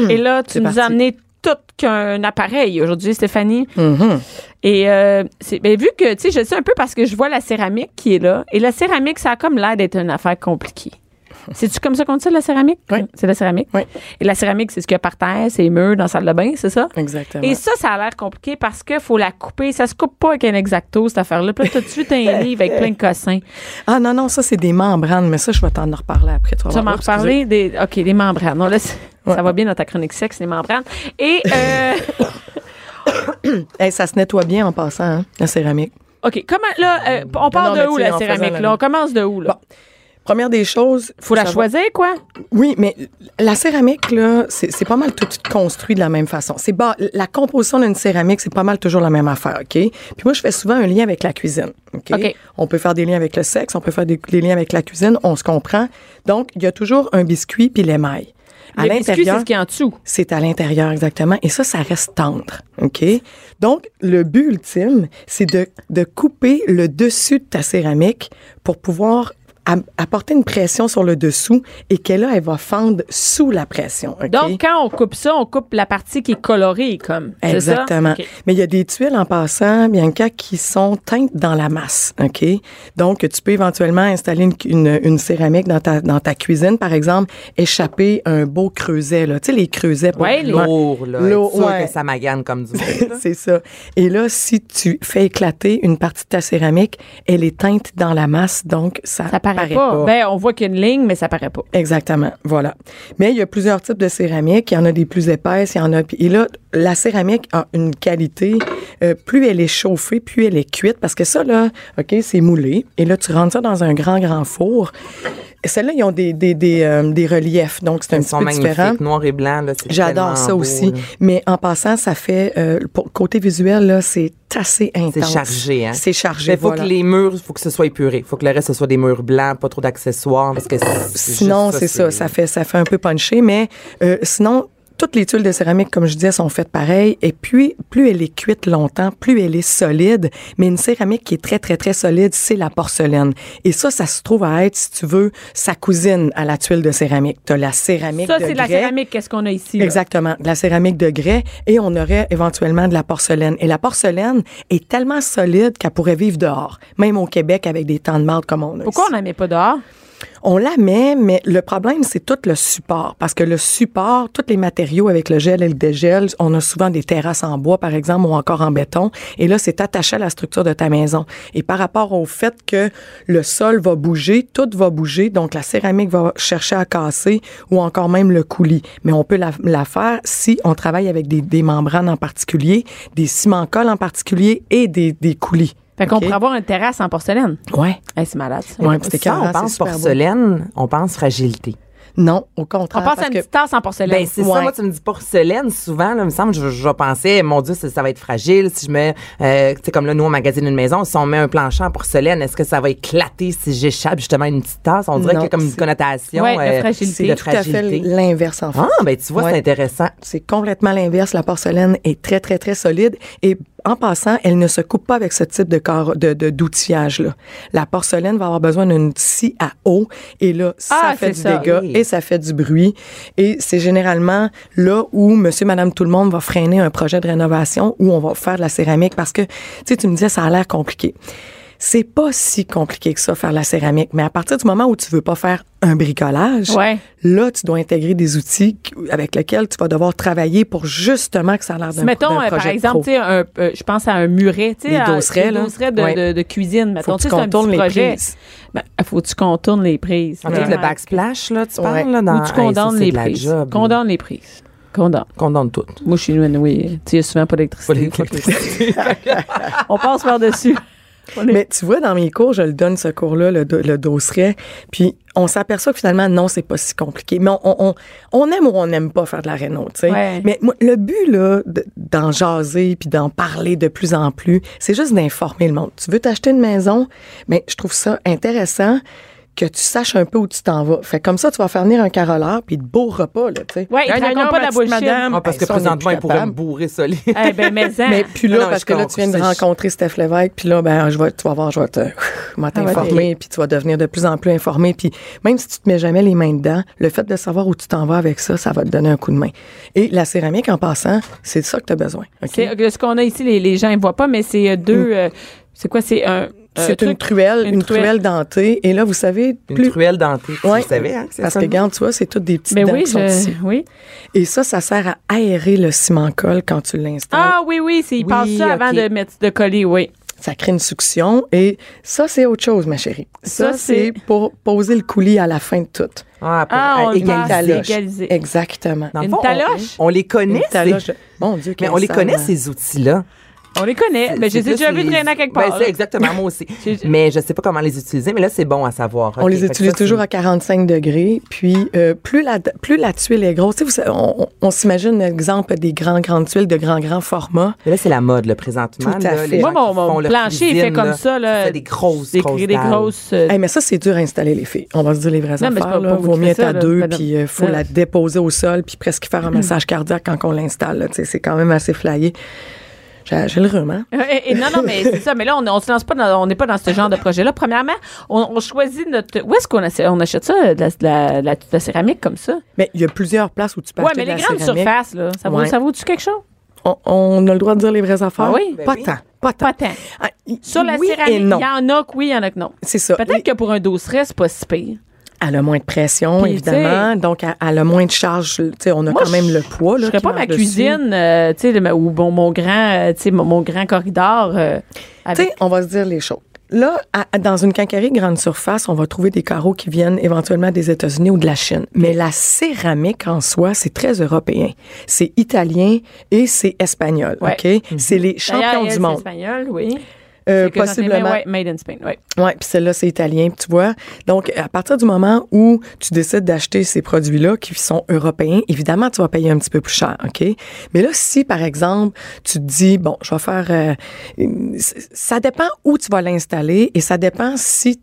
S4: Et là, tu nous as amené tout qu'un appareil aujourd'hui, Stéphanie.
S6: Mm-hmm.
S4: Et euh, c'est- ben, vu que, tu sais, je le sais un peu parce que je vois la céramique qui est là. Et la céramique, ça a comme l'air d'être une affaire compliquée. C'est-tu comme ça qu'on dit ça, la céramique?
S6: Oui.
S4: C'est la céramique?
S6: Oui.
S4: Et la céramique, c'est ce qu'il y a par terre, c'est les murs dans la salle de bain, c'est ça?
S6: Exactement.
S4: Et ça, ça a l'air compliqué parce qu'il faut la couper. Ça se coupe pas avec un exacto, cette affaire-là. Puis là, t'as tout de suite un livre avec plein de cossins.
S6: Ah non, non, ça, c'est des membranes, mais ça, je vais t'en reparler après. vas
S4: Tu vas
S6: voir.
S4: m'en
S6: Oh, excusez.
S4: reparler des. OK, les membranes. Non, là, c'est- ça va bien dans ta chronique sexe, les membranes. Et.
S6: (laughs)
S4: euh,
S6: Hey, ça se nettoie bien en passant, hein, la céramique.
S4: OK, comment. Là, euh, on part
S6: non,
S4: de
S6: mais
S4: où,
S6: tu sais,
S4: la
S6: en faisant
S4: céramique?
S6: la-
S4: Là? On commence de où, là?
S6: Bon, Première des choses.
S4: Faut la
S6: savoir-
S4: choisir, quoi?
S6: Oui, mais la céramique, là, c'est c'est pas mal tout construit de la même façon. C'est bas- La composition d'une céramique, c'est pas mal toujours la même affaire, OK? Puis moi, je fais souvent un lien avec la cuisine, OK?
S4: OK.
S6: On peut faire des liens avec le sexe, on peut faire des, des liens avec la cuisine, on se comprend. Donc, il y a toujours un biscuit puis l'émail. À
S4: Le biscuit, c'est
S6: l'intérieur,
S4: ce qui est en dessous.
S6: c'est à l'intérieur exactement. Et ça, ça reste tendre. OK? Donc, le but ultime, c'est de, de couper le dessus de ta céramique pour pouvoir am- apporter une pression sur le dessous et qu'elle là, elle va fendre sous la pression. OK?
S4: Donc, quand on coupe ça, on coupe la partie qui est colorée, comme. c'est ça?
S6: Exactement.
S4: OK.
S6: Mais il y a des tuiles en passant, Bianca, qui sont teintes dans la masse. OK? Donc, tu peux éventuellement installer une, une- une céramique dans ta, dans ta cuisine, par exemple, échapper un beau creuset. Là. Tu sais, les creusets pour
S4: Ouais, les-
S5: Lourd, là.
S6: Lourd,
S5: Être sûr
S6: ouais.
S5: que ça magane comme
S6: (laughs)
S5: du monde. là.
S6: C'est ça. Et là, si tu fais éclater une partie de ta céramique, elle est teinte dans la masse, donc ça,
S4: Ça paraît, pas. Ben, on voit qu'il y a une ligne, mais ça paraît pas.
S6: Exactement, voilà. Mais il y a plusieurs types de céramique. Il y en a des plus épaisses, il y en a... Et là, la céramique a une qualité. euh, plus elle est chauffée, plus elle est cuite. Parce que ça, là, OK, c'est moulé. Et là, tu rentres ça dans un grand, grand four. Celles-là, ils ont des, des, des, euh, des reliefs. Donc, c'est un
S5: Ils
S6: petit
S5: sont
S6: peu différent.
S5: magnifiques, noir et blanc. là, c'est tellement
S6: J'adore ça
S5: beau,
S6: aussi.
S5: là.
S6: Mais en passant, ça fait euh, pour côté visuel là, c'est assez intense.
S5: C'est chargé, hein?
S6: C'est chargé.
S5: Mais faut
S6: voilà.
S5: que les murs, faut que ce soit épuré. Faut que le reste, ce soit des murs blancs, pas trop d'accessoires, parce que c'est- c'est
S6: Sinon,
S5: juste
S6: c'est ça, ça fait ça fait un peu punché, mais euh, sinon. Toutes les tuiles de céramique, comme je disais, sont faites pareil. Et puis, plus elle est cuite longtemps, plus elle est solide. Mais une céramique qui est très, très, très solide, c'est la porcelaine. Et ça, ça se trouve à être, si tu veux, sa cousine à la tuile de céramique. T'as la céramique
S4: Ça,
S6: de
S4: c'est de la
S6: grès.
S4: céramique, qu'est-ce qu'on a ici? là?
S6: Exactement, de la céramique de grès et on aurait éventuellement de la porcelaine. Et la porcelaine est tellement solide qu'elle pourrait vivre dehors, même au Québec avec des temps de marde comme on a.
S4: Pourquoi on
S6: ici.
S4: la met pas dehors?
S6: On la met, mais le problème, c'est tout le support. Parce que le support, tous les matériaux avec le gel et le dégel, on a souvent des terrasses en bois, par exemple, ou encore en béton. Et là, c'est attaché à la structure de ta maison. Et par rapport au fait que le sol va bouger, tout va bouger, donc la céramique va chercher à casser ou encore même le coulis. Mais on peut la, la faire si on travaille avec des, des membranes en particulier, des ciments-cols en particulier et des, des coulis.
S4: Fait qu'on
S6: OK.
S4: pourrait avoir une terrasse en porcelaine.
S6: Ouais.
S4: Hey, c'est malade, ça.
S6: Ouais, puis c'est
S5: Ça,
S6: écœurant,
S5: on pense
S6: c'est super beau.
S5: porcelaine, on pense fragilité.
S6: Non, au
S4: On
S6: contraire.
S4: passe à
S6: parce
S4: une
S6: que-
S4: petite tasse en porcelaine.
S5: Ben, c'est ça,
S6: Ouais.
S5: moi, tu me dis porcelaine, souvent, là, il me semble, je, je pensais, mon Dieu, ça, ça va être fragile. Si je mets, euh, tu sais, comme là, nous, on magasine une maison, si on met un plancher en porcelaine, est-ce que ça va éclater si j'échappe justement une petite tasse? On dirait
S6: Non,
S5: qu'il y a comme une
S6: c'est-
S5: connotation.
S4: Ouais,
S5: euh,
S4: de
S6: C'est
S4: fragilité.
S5: de
S6: tout à fait
S5: fragilité.
S6: l'inverse, en fait.
S5: Ah, ben, tu vois, c'est
S6: Ouais.
S5: intéressant.
S6: C'est complètement l'inverse. La porcelaine est très, très, très solide. Et en passant, elle ne se coupe pas avec ce type de corps, de, de- d'outillage-là. La porcelaine va avoir besoin d'une scie à eau. Et là, ça
S4: Ah,
S6: fait
S4: c'est
S6: du
S4: ça,
S6: dégât
S5: oui.
S6: et ça fait du bruit. Et c'est généralement là où monsieur, madame, tout le monde va freiner un projet de rénovation où on va faire de la céramique parce que, tu sais, tu me disais, ça a l'air compliqué. C'est pas si compliqué que ça, faire de la céramique. Mais à partir du moment où tu veux pas faire un bricolage,
S4: Ouais.
S6: Là, tu dois intégrer des outils qui- avec lesquels tu vas devoir travailler pour justement que ça a l'air d'un
S4: Si, mettons,
S6: d'un
S4: euh,
S6: projet
S4: par
S6: de
S4: exemple,
S6: pro.
S4: tu sais, un- euh, je pense à un muret, tu sais,
S6: Des
S4: à-
S6: dosserets,
S4: des
S6: là.
S4: dosserets de,
S6: Ouais.
S4: de- de cuisine, mettons.
S6: faut que
S4: Tu
S6: tu
S4: sais, c'est un
S6: contournes
S4: petit
S6: les
S4: projet.
S6: prises.
S4: Ben, faut que tu contournes les prises.
S5: En fait,
S4: Vraiment.
S5: Ah, le backsplash, là, tu
S6: Ouais.
S5: parles, là, dans
S4: Ou tu
S5: Hey, ça,
S4: condamnes
S5: c'est
S4: les
S5: de la
S4: prises.
S5: job.
S4: Condamne les prises. Condamne.
S5: Condamne tout.
S4: Moi, chez nous, oui. Tu sais, il y a souvent pas
S5: Pas
S4: d'électricité.
S5: d'électricité.
S4: (laughs) On passe par-dessus. On est-
S6: Mais tu vois, dans mes cours, je le donne ce cours-là, le, do- le dosseret, puis on s'aperçoit que finalement, non, c'est pas si compliqué. Mais on, on, on aime ou on n'aime pas faire de la réno, tu sais.
S4: Ouais.
S6: Mais moi, le but, là, de- d'en jaser puis d'en parler de plus en plus, c'est juste d'informer le monde. Tu veux t'acheter une maison? mais je trouve ça intéressant que tu saches un peu où tu t'en vas. Fait comme ça, tu vas faire venir un caroleur puis de beaux repas, là, tu sais.
S4: Ouais, il te
S6: Hey,
S4: raconte
S6: non,
S4: pas
S6: ma
S4: de la
S6: petite
S4: bullshit.
S5: Ah, parce
S6: Hey,
S5: que
S6: ça, on est
S5: présentement,
S6: plus
S5: il pourrait me
S6: capable.
S5: bourrer solide.
S4: (laughs) Eh ben, mais en.
S6: Mais puis
S5: Ah
S6: là,
S5: non,
S6: parce
S5: je
S6: que là,
S5: comprends.
S6: tu viens de
S5: Ça, je-
S6: rencontrer Steph Lévesque, puis là, ben, je vais, tu vas voir, je vais te- (laughs) je vais
S5: Ah
S6: t'informer, puis tu vas devenir de plus en plus informé. Puis même si tu te mets jamais les mains dedans, le fait de savoir où tu t'en vas avec ça, ça va te donner un coup de main. Et la céramique, en passant, c'est ça que tu as besoin. ok?
S4: C'est euh, ce qu'on a ici, les, les gens ne voient pas, mais c'est euh, deux. euh, c'est quoi? C'est un.
S6: C'est
S4: un
S6: une
S4: truc-
S6: truelle,
S4: une
S6: une,
S4: truelle.
S6: truelle. dentée. Et là, vous savez,
S5: Une
S6: plus...
S5: truelle dentée.
S6: Ouais.
S5: Tu savais, hein, que c'est
S6: Parce
S5: ça, Ben
S6: que,
S5: le nom?
S6: regarde, tu vois, c'est toutes des petites
S4: Mais
S6: dents
S4: Ben oui,
S6: qui sont
S4: je-
S6: ici.
S4: oui.
S6: Et ça, ça sert à aérer le ciment-colle quand tu l'installes.
S4: Ah oui, oui, c'est, ils
S5: Oui,
S4: passent ça avant
S5: ok.
S4: de, mettre, de coller, oui.
S6: ça crée une succion et ça, c'est autre chose, ma chérie. Ça,
S4: Ça, c'est-
S6: c'est pour poser le coulis à la fin de tout.
S5: Ah, pour-
S4: Ah, on
S5: euh,
S4: le
S5: égaliser.
S4: Ah, c'est
S6: taloche.
S4: égalisé.
S6: Exactement.
S5: Dans le
S4: Une
S5: fond, on-
S4: taloche?
S5: On, les
S6: Une
S5: connaît,
S6: taloche.
S5: ces-
S6: Mon Dieu,
S5: mais
S6: quel
S5: on les
S6: sale,
S5: connaît,
S6: hein.
S5: ces outils-là.
S4: On les connaît. Mais j'ai
S5: C'est
S4: déjà
S5: plus
S4: vu
S5: les-
S4: traîner à quelque
S5: Ben,
S4: part.
S5: c'est exactement,
S4: (laughs)
S5: moi aussi.
S4: J'ai-
S5: mais je sais pas comment les utiliser, mais là, c'est bon à savoir.
S6: On
S5: Ok,
S6: les
S5: fait que
S6: utilise
S5: ça,
S6: toujours
S5: c'est-
S6: à 45 degrés. Puis, euh, plus, la, plus la tuile est grosse, tu sais, vous savez, on, on- on s'imagine l'exemple des grands, grandes tuiles de grand, grand format.
S5: Mais là, c'est la mode, là, présentement.
S6: Tout à
S5: là,
S6: fait.
S5: les
S4: Moi,
S5: gens
S4: mon,
S5: qui
S4: mon
S5: font leur
S4: plancher est fait
S5: cuisine,
S4: comme
S5: là,
S4: ça.
S5: qui
S4: Là.
S5: fait des grosses,
S4: J'ai
S5: grosses
S4: créé des
S5: dalles.
S4: grosses. euh,
S6: Hey, mais ça, c'est dur à installer, les filles. On va se dire les vraies
S4: Non, mais c'est
S6: affaires.
S4: pas-
S6: là.
S4: pas vous
S6: Vaut
S4: qui
S6: mieux
S4: faites
S6: être
S4: ça,
S6: à
S4: là,
S6: deux,
S4: madame.
S6: puis il faut
S4: Ouais.
S6: la déposer au sol, puis presque
S5: (clears throat)
S6: faire un massage cardiaque quand on l'installe. là. Tu sais, C'est quand même assez flyé. J'ai j'ai le rhume, hein?
S4: (laughs) et- et non, non,
S5: (laughs)
S4: mais c'est ça. Mais là, on, on se lance pas dans, on n'est pas dans ce genre de projet-là. Premièrement, on, on choisit notre. Où est-ce qu'on achète, on achète ça, de la, de la- de la- de la céramique comme ça?
S6: Mais il y a plusieurs places où tu peux
S4: Ouais,
S6: acheter
S4: mais
S6: de
S4: les
S6: la
S4: grandes
S6: céramique.
S4: surfaces, là, ça, vaut,
S6: Ouais.
S4: ça vaut-tu quelque chose?
S6: On, on a le droit de dire les vraies affaires.
S4: Ah oui?
S6: Pas
S5: Ben
S6: tant. Pas tant.
S4: Pas tant.
S6: Ah, y-
S4: Sur la
S6: oui et
S4: céramique, il
S6: non.
S4: y en a que oui, il y en a que non.
S6: C'est ça.
S4: Peut-être que pour un dosseret, c'est pas si pire.
S6: Elle a moins de pression,
S4: Puis,
S6: évidemment. Donc, elle, elle a moins de charge. Tu sais, on a
S4: Moi,
S6: quand même
S4: je-
S6: le poids.
S4: Je
S6: Là,
S4: ferais
S6: qui
S4: pas
S6: marche
S4: ma
S6: dessus.
S4: cuisine, euh, tu sais, le- ou bon, mon grand, euh, tu sais, mon, mon grand corridor. euh,
S6: Tu sais,
S4: avec-
S6: on va se dire les choses. Là, à- à- dans une quincaillerie grande surface, on va trouver des carreaux qui viennent éventuellement des États-Unis ou de la Chine. Mais la céramique en soi, c'est très européen. C'est italien et c'est espagnol.
S4: Ouais. Mhm.
S6: OK? C'est les champions
S4: D'ailleurs,
S6: du
S4: elle,
S6: monde.
S4: euh, C'est espagnol, oui.
S6: Euh,
S4: C'est que ça, c'est
S6: possiblement.
S4: ma- ouais, made in Spain, oui.
S6: Oui, puis celle-là, c'est italien, puis tu vois. Donc, à partir du moment où tu décides d'acheter ces produits-là qui sont européens, évidemment, tu vas payer un petit peu plus cher, OK? Mais là, si, par exemple, tu te dis, bon, je vais faire... euh, une- ça dépend où tu vas l'installer et ça dépend si t-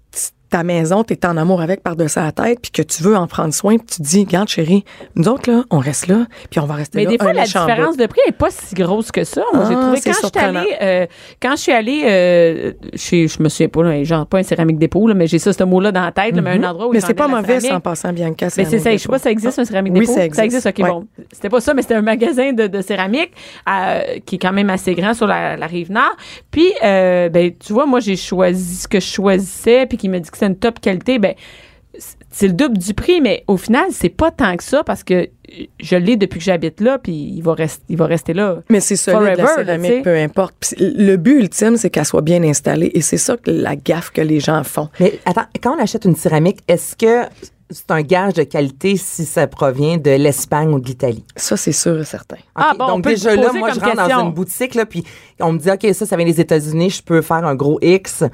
S6: ta maison, tu es en amour avec par-dessus la tête puis que tu veux en prendre soin, puis tu te dis, regarde, chérie, nous autres, là, on reste là, puis on va rester
S4: Mais
S6: là
S4: des fois,
S6: un
S4: la
S6: méchant bout.
S4: différence de prix n'est pas si grosse que ça. Moi, j'ai
S6: Ah,
S4: trouvé
S6: c'est
S4: quand je suis
S6: surprenant.
S4: allée, euh, quand je suis allée euh, chez, je me souviens pas, là, genre pas un céramique dépôt, là, mais j'ai ça, ce mot-là dans la tête, là, mais un endroit où
S6: Mhm. Mais
S4: ils
S6: c'est pas
S4: vendaient de la
S6: mauvais, ça,
S4: céramique.
S6: en passant, Bianca.
S4: Mais c'est
S6: un
S4: ça,
S6: bon
S4: je sais pas si ça existe un céramique
S6: Ah. Oui,
S4: dépôt.
S6: ça existe.
S4: ok,
S6: Ouais.
S4: bon. C'était pas ça, mais c'était un magasin de, de céramique euh, qui est quand même assez grand sur la, la rive nord. Puis, euh, ben, tu vois, moi, j'ai choisi ce que je choisissais, puis qui me dit que c'est une top qualité. Ben, c'est- c'est le double du prix, mais au final, c'est pas tant que ça parce que je l'ai depuis que j'habite là, puis il va, rester il va rester là.
S6: Mais c'est
S4: Forever,
S6: solide, la
S4: là, tu sais.
S6: céramique, euh, peu importe. Puis le but ultime, c'est qu'elle soit bien installée. Et c'est ça que la gaffe que les gens font.
S5: Mais attends, quand on achète une céramique, est-ce que c'est un gage de qualité si ça provient de l'Espagne ou de l'Italie.
S6: Ça, c'est sûr et certain.
S4: Ah,
S5: OK,
S4: bon, on
S5: donc
S4: peut
S5: déjà
S4: poser
S5: là, moi,
S4: comme
S5: je rentre
S4: question.
S5: dans une boutique, là, puis on me dit, OK, ça, ça vient des États-Unis, je peux faire un gros X.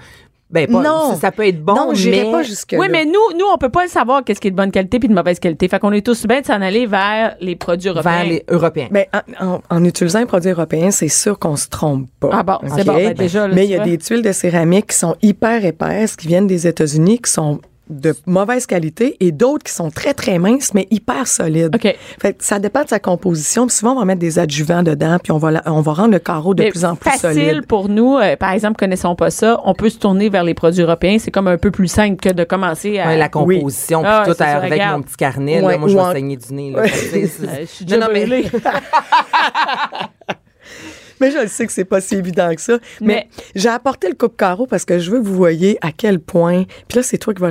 S5: Ben, pas,
S6: non.
S5: Ça peut être bon,
S6: Non, j'irai
S5: mais...
S6: pas jusque-là.
S4: Oui, mais nous, nous, on peut pas le savoir qu'est-ce qui est de bonne qualité puis de mauvaise qualité. Fait qu'on est tous bien de s'en aller vers les produits européens.
S5: vers les Européens.
S6: Ben, en, en- en utilisant un produit européen, c'est sûr qu'on se trompe pas.
S4: Ah bon, c'est
S6: OK?
S4: bon, ben déjà, là,
S6: Mais
S4: tu
S6: il y a
S4: vois.
S6: des tuiles de céramique qui sont hyper épaisses, qui viennent des États-Unis, qui sont de mauvaise qualité et d'autres qui sont très, très minces, mais hyper solides.
S4: OK.
S6: Fait que ça dépend de sa composition. Puis souvent, on va mettre des adjuvants dedans, puis on va, la- on va rendre le carreau de
S4: Mais
S6: plus en plus
S4: facile
S6: solide.
S4: pour nous. euh, par exemple, connaissons pas ça. On peut se tourner vers les produits européens. C'est comme un peu plus simple que de commencer à.
S5: Ouais, la composition, puis
S4: Ah,
S5: tout
S4: c'est ça,
S5: avec
S4: regarde.
S5: mon petit carnet,
S6: Ouais,
S5: là, moi, je
S6: ou
S5: vais
S6: en-
S5: saigner du nez. Là, C'est- c'est-
S4: Euh, (laughs) je suis
S5: Non,
S4: déjà
S5: non, mais-
S4: brûlée.
S6: Mais je le sais que c'est pas si évident que ça.
S4: Mais-
S6: Mais, j'ai apporté le coupe carreau parce que je veux que vous voyez à quel point. Puis là, c'est toi qui vas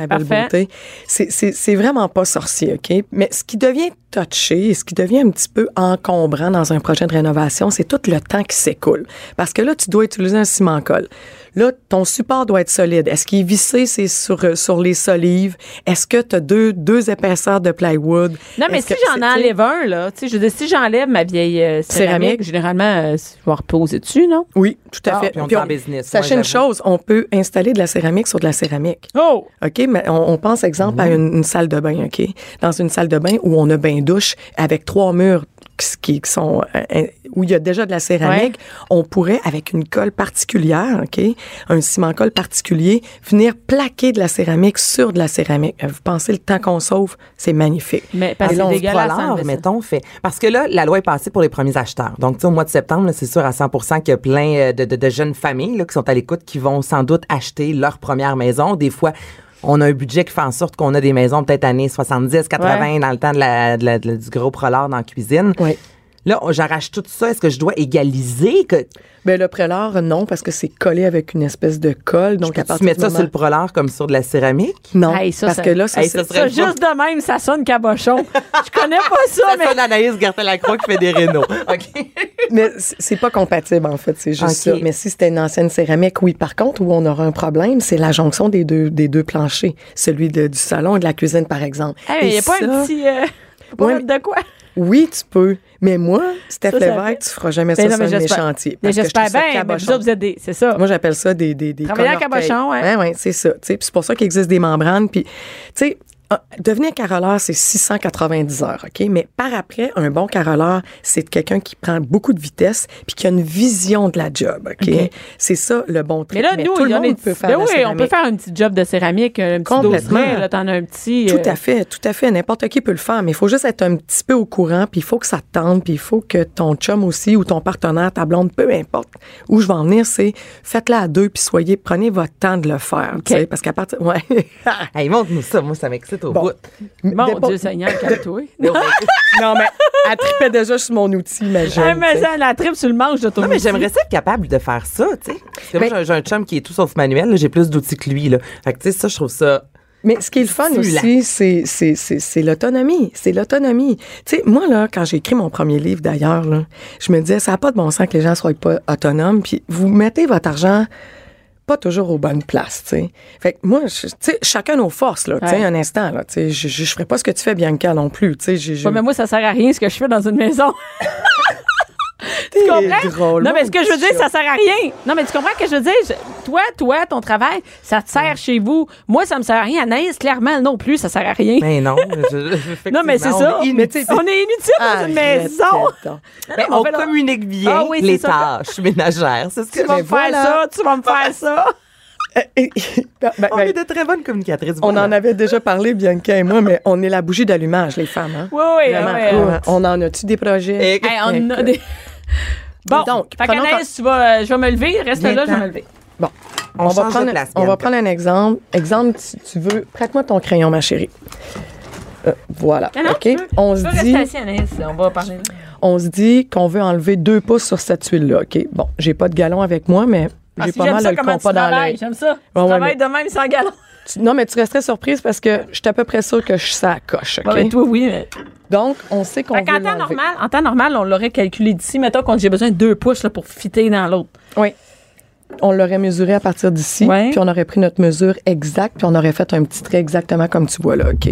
S4: OK,
S6: ma belle
S4: parfait.
S6: beauté. C'est- C'est c'est vraiment pas sorcier, OK? Mais ce qui devient touché et ce qui devient un petit peu encombrant dans un projet de rénovation, c'est tout le temps qui s'écoule. Parce que là, tu dois utiliser un ciment-colle. Là, ton support doit être solide. Est-ce qu'il est vissé, c'est sur, euh, sur les solives? Est-ce que tu as deux, deux épaisseurs de plywood?
S4: Non, mais
S6: Est-ce
S4: si
S6: que-
S4: j'en
S6: c'est- tu sais,
S4: enlève un, là, tu sais, je veux dire, si j'enlève ma vieille euh, céramique,
S6: Céramique.
S4: généralement, euh, je vais reposer dessus, non?
S6: Oui, tout à
S5: Ah,
S6: fait.
S5: puis on est en business,
S6: Sachez
S5: ouais,
S6: une
S5: j'avoue.
S6: chose, on peut installer de la céramique sur de la céramique.
S4: Oh!
S6: OK, mais on, on pense exemple
S5: Mmh.
S6: à une, une salle de bain, OK? Dans une salle de bain où on a bain-douche avec trois murs qui, s- qui sont euh, euh, où il y a déjà de la céramique, on pourrait avec une colle particulière, OK, un ciment colle particulier, venir plaquer de la céramique sur de la céramique. Euh, Vous pensez le temps qu'on sauve, c'est magnifique.
S4: Mais parce que
S5: Et là,
S4: c'est
S5: on se
S4: dégueulasse. hein,
S5: prolonge,
S4: enlever ça.
S5: mettons, fait. Parce que là, la loi est passée pour les premiers acheteurs. Donc, tu sais, au mois de septembre, là, c'est sûr à 100 qu'il y a plein euh, de, de- de jeunes familles là, qui sont à l'écoute, qui vont sans doute acheter leur première maison. Des fois, on a un budget qui fait en sorte qu'on a des maisons peut-être années 70, 80, dans le temps de la- de la- de la- du gros prolard dans la cuisine.
S6: Oui.
S5: Là, on- j'arrache tout ça. Est-ce que je dois égaliser? Que,
S6: Ben le prélard non parce que c'est collé avec une espèce de colle donc à
S5: tu
S6: partir
S5: mets
S6: du
S5: ça
S6: moment-
S5: sur le prolard comme sur de la céramique?
S6: non
S4: Hey, ça,
S6: parce
S4: ça-
S6: que là ça,
S5: Hey,
S6: c'est-
S5: ça
S4: Ça,
S5: serait
S4: juste de même, ça sonne cabochon. je connais pas ça,
S5: Ça,
S4: mais.
S5: c'est l'analyse Gertin-Lacroix qui fait des (laughs) rénaux. OK.
S6: Mais c- c'est pas compatible, en fait, c'est juste
S5: Ok.
S6: ça. Mais si c'était une ancienne céramique, oui. Par contre, où on aura un problème, c'est la jonction des deux, des deux planchers, celui de- du salon et de la cuisine, par exemple.
S4: Hey,
S6: Et
S4: y a pas
S6: ça,
S4: un petit. euh, faut pas
S6: Ouais,
S4: mettre de quoi?
S6: Oui, tu peux. Mais moi, Steph
S4: Ça, ça
S6: Lévesque, tu feras jamais
S4: Mais
S6: ça
S4: non, mais
S6: sur mes
S4: j'espère-
S6: chantiers.
S4: Mais
S6: parce que je
S4: j'espère
S6: trouve ça
S4: bien, mais vous
S6: cabochon.
S4: autres, vous êtes des. C'est ça.
S6: Moi, j'appelle ça des des des
S4: Travailler à
S6: colorcueils.
S4: cabochon, ouais.
S6: Ouais, ouais, c'est ça. tu sais. Puis c'est pour ça qu'il existe des membranes. Puis, tu sais, un- devenir caroleur, c'est 690 heures, ok. Mais par après, un bon caroleur, c'est quelqu'un qui prend beaucoup de vitesse puis qui a une vision de la job, ok. C'est ça le bon truc.
S4: Mais là, nous,
S6: tout
S4: il y
S6: le
S4: en a
S6: monde
S4: des
S6: peut
S4: petits-
S6: faire.
S4: Ben
S6: la
S4: oui, on peut
S6: céramique.
S4: faire un petit job de céramique, un petit
S6: Complètement.
S4: dossier, là, t'en as un petit.
S6: Tout
S4: euh,
S6: à fait, tout à fait. N'importe qui peut le faire, mais il faut juste être un petit peu au courant, puis il faut que ça te tente, puis il faut que ton chum aussi ou ton partenaire, ta blonde, peu importe où je vais en venir, c'est faites-la à deux, puis soyez, prenez votre temps de le faire. tu sais, Parce qu'à partir. Ouais. (laughs)
S5: Hey, montre-nous ça. Moi, ça m'excite au
S6: Bon.
S5: bout.
S4: Mon
S6: Dépo-
S4: Dieu
S6: (laughs)
S4: Seigneur, calme-toi.
S6: Non, (laughs) mais elle tripait déjà sur mon outil, imagine.
S4: Hey, mais
S6: tu sais.
S4: ça, la tripe sur le manche de ton
S5: Non, mais
S4: outil.
S5: j'aimerais ça être capable de faire ça, tu sais. Parce que moi,
S6: Ben-
S5: j'ai un- j'ai un chum qui est tout sauf manuel, là, j'ai plus d'outils que lui, là. Fait que, tu sais, ça, je trouve ça.
S6: Mais ce qui est le fun
S5: Stimulant.
S6: aussi, c'est, c'est, c'est, c'est l'autonomie. C'est l'autonomie. Tu sais, moi, là, quand j'ai écrit mon premier livre, d'ailleurs, là, je me disais, ça n'a pas de bon sens que les gens soient pas autonomes. Puis vous mettez votre argent pas toujours aux bonnes places, tu sais. Fait que moi, je- tu sais, chacun nos forces, là, tu sais,
S4: Ouais.
S6: un instant, là, tu sais, je, je, je ferais pas ce que tu fais, Bianca, non plus, tu sais, j'ai... j'ai-
S4: Ouais, mais moi, ça sert à rien ce que je fais dans une maison. (laughs)
S6: T'es
S4: Tu comprends?
S6: drôle,
S4: non,
S6: mon
S4: mais ce que je veux
S6: petit
S4: dire, ça sert à rien. Non, mais tu comprends ce que je veux dire? Je- toi, toi, ton travail, ça te sert chez vous. Moi, ça me sert à rien. Anaïs, clairement, non plus, ça sert à rien.
S5: Mais Ben non. je- je-
S4: non, mais c'est
S5: effectivement,
S4: ça.
S5: on est in-
S4: Mais tu sais, On est inutile dans
S6: Arrête
S4: une maison. (laughs)
S6: donc.
S5: Mais
S4: on
S5: on
S4: fait le-
S5: communique bien
S4: Ah oui, c'est
S5: les
S4: ça.
S5: tâches ménagères. C'est ce que
S4: Tu vas me
S5: j'ai
S4: faire
S6: voilà.
S4: ça, tu vas me faire ça.
S6: Eh, eh, ben, ben,
S5: On est de très bonnes communicatrices.
S6: On
S5: voilà.
S6: en avait déjà parlé, Bianca et moi, mais on est la bougie d'allumage, les femmes. Hein?
S4: Oui, oui,
S6: Vraiment,
S4: oui.
S6: vraiment. On en a-tu des projets?
S5: Et-
S4: Hey, on a des- (laughs) Bon,
S6: Donc,
S4: fait
S6: prenons-
S4: qu'Anaïs, tu vas, euh, je vais me lever, reste là, je vais me lever.
S6: Bon.
S5: On change de
S6: prendre,
S5: place,
S6: on va
S5: Bianca.
S6: prendre un exemple. Exemple, tu, tu veux. Prête-moi ton crayon, ma chérie. Euh, voilà.
S4: Ah Non, non,
S6: OK?
S4: tu peux.
S6: on
S4: Tu peux
S6: se
S4: rester
S6: dit,
S4: assis, Anaïs, on va parler. Ah,
S6: on se dit qu'on veut enlever deux pouces sur cette tuile-là. OK? Bon, j'ai pas de galon avec moi, mais
S4: Ah,
S6: j'ai
S4: si,
S6: pas
S4: j'aime
S6: mal
S4: ça,
S6: le
S4: comment
S6: compas
S4: tu
S6: dans
S4: travailles,
S6: l'œil.
S4: J'aime ça.
S6: Ouais,
S4: tu
S6: ouais,
S4: travailles de même sans galon.
S6: Tu- Non, mais tu resterais surprise parce que je suis à peu près sûre que je suis à la coche. OK?
S4: Ouais, mais toi, oui. Mais...
S6: Donc, on sait qu'on
S4: Fait
S6: veut.
S4: qu'en temps,
S6: l'enlever.
S4: normal, en temps normal, on l'aurait calculé d'ici. Mettons qu'on j'ai besoin de deux pouces là, pour fitter dans l'autre.
S6: Oui. on l'aurait mesuré à partir d'ici,
S4: Ouais.
S6: puis on aurait pris notre mesure exacte, puis on aurait fait un petit trait exactement comme tu vois là, OK?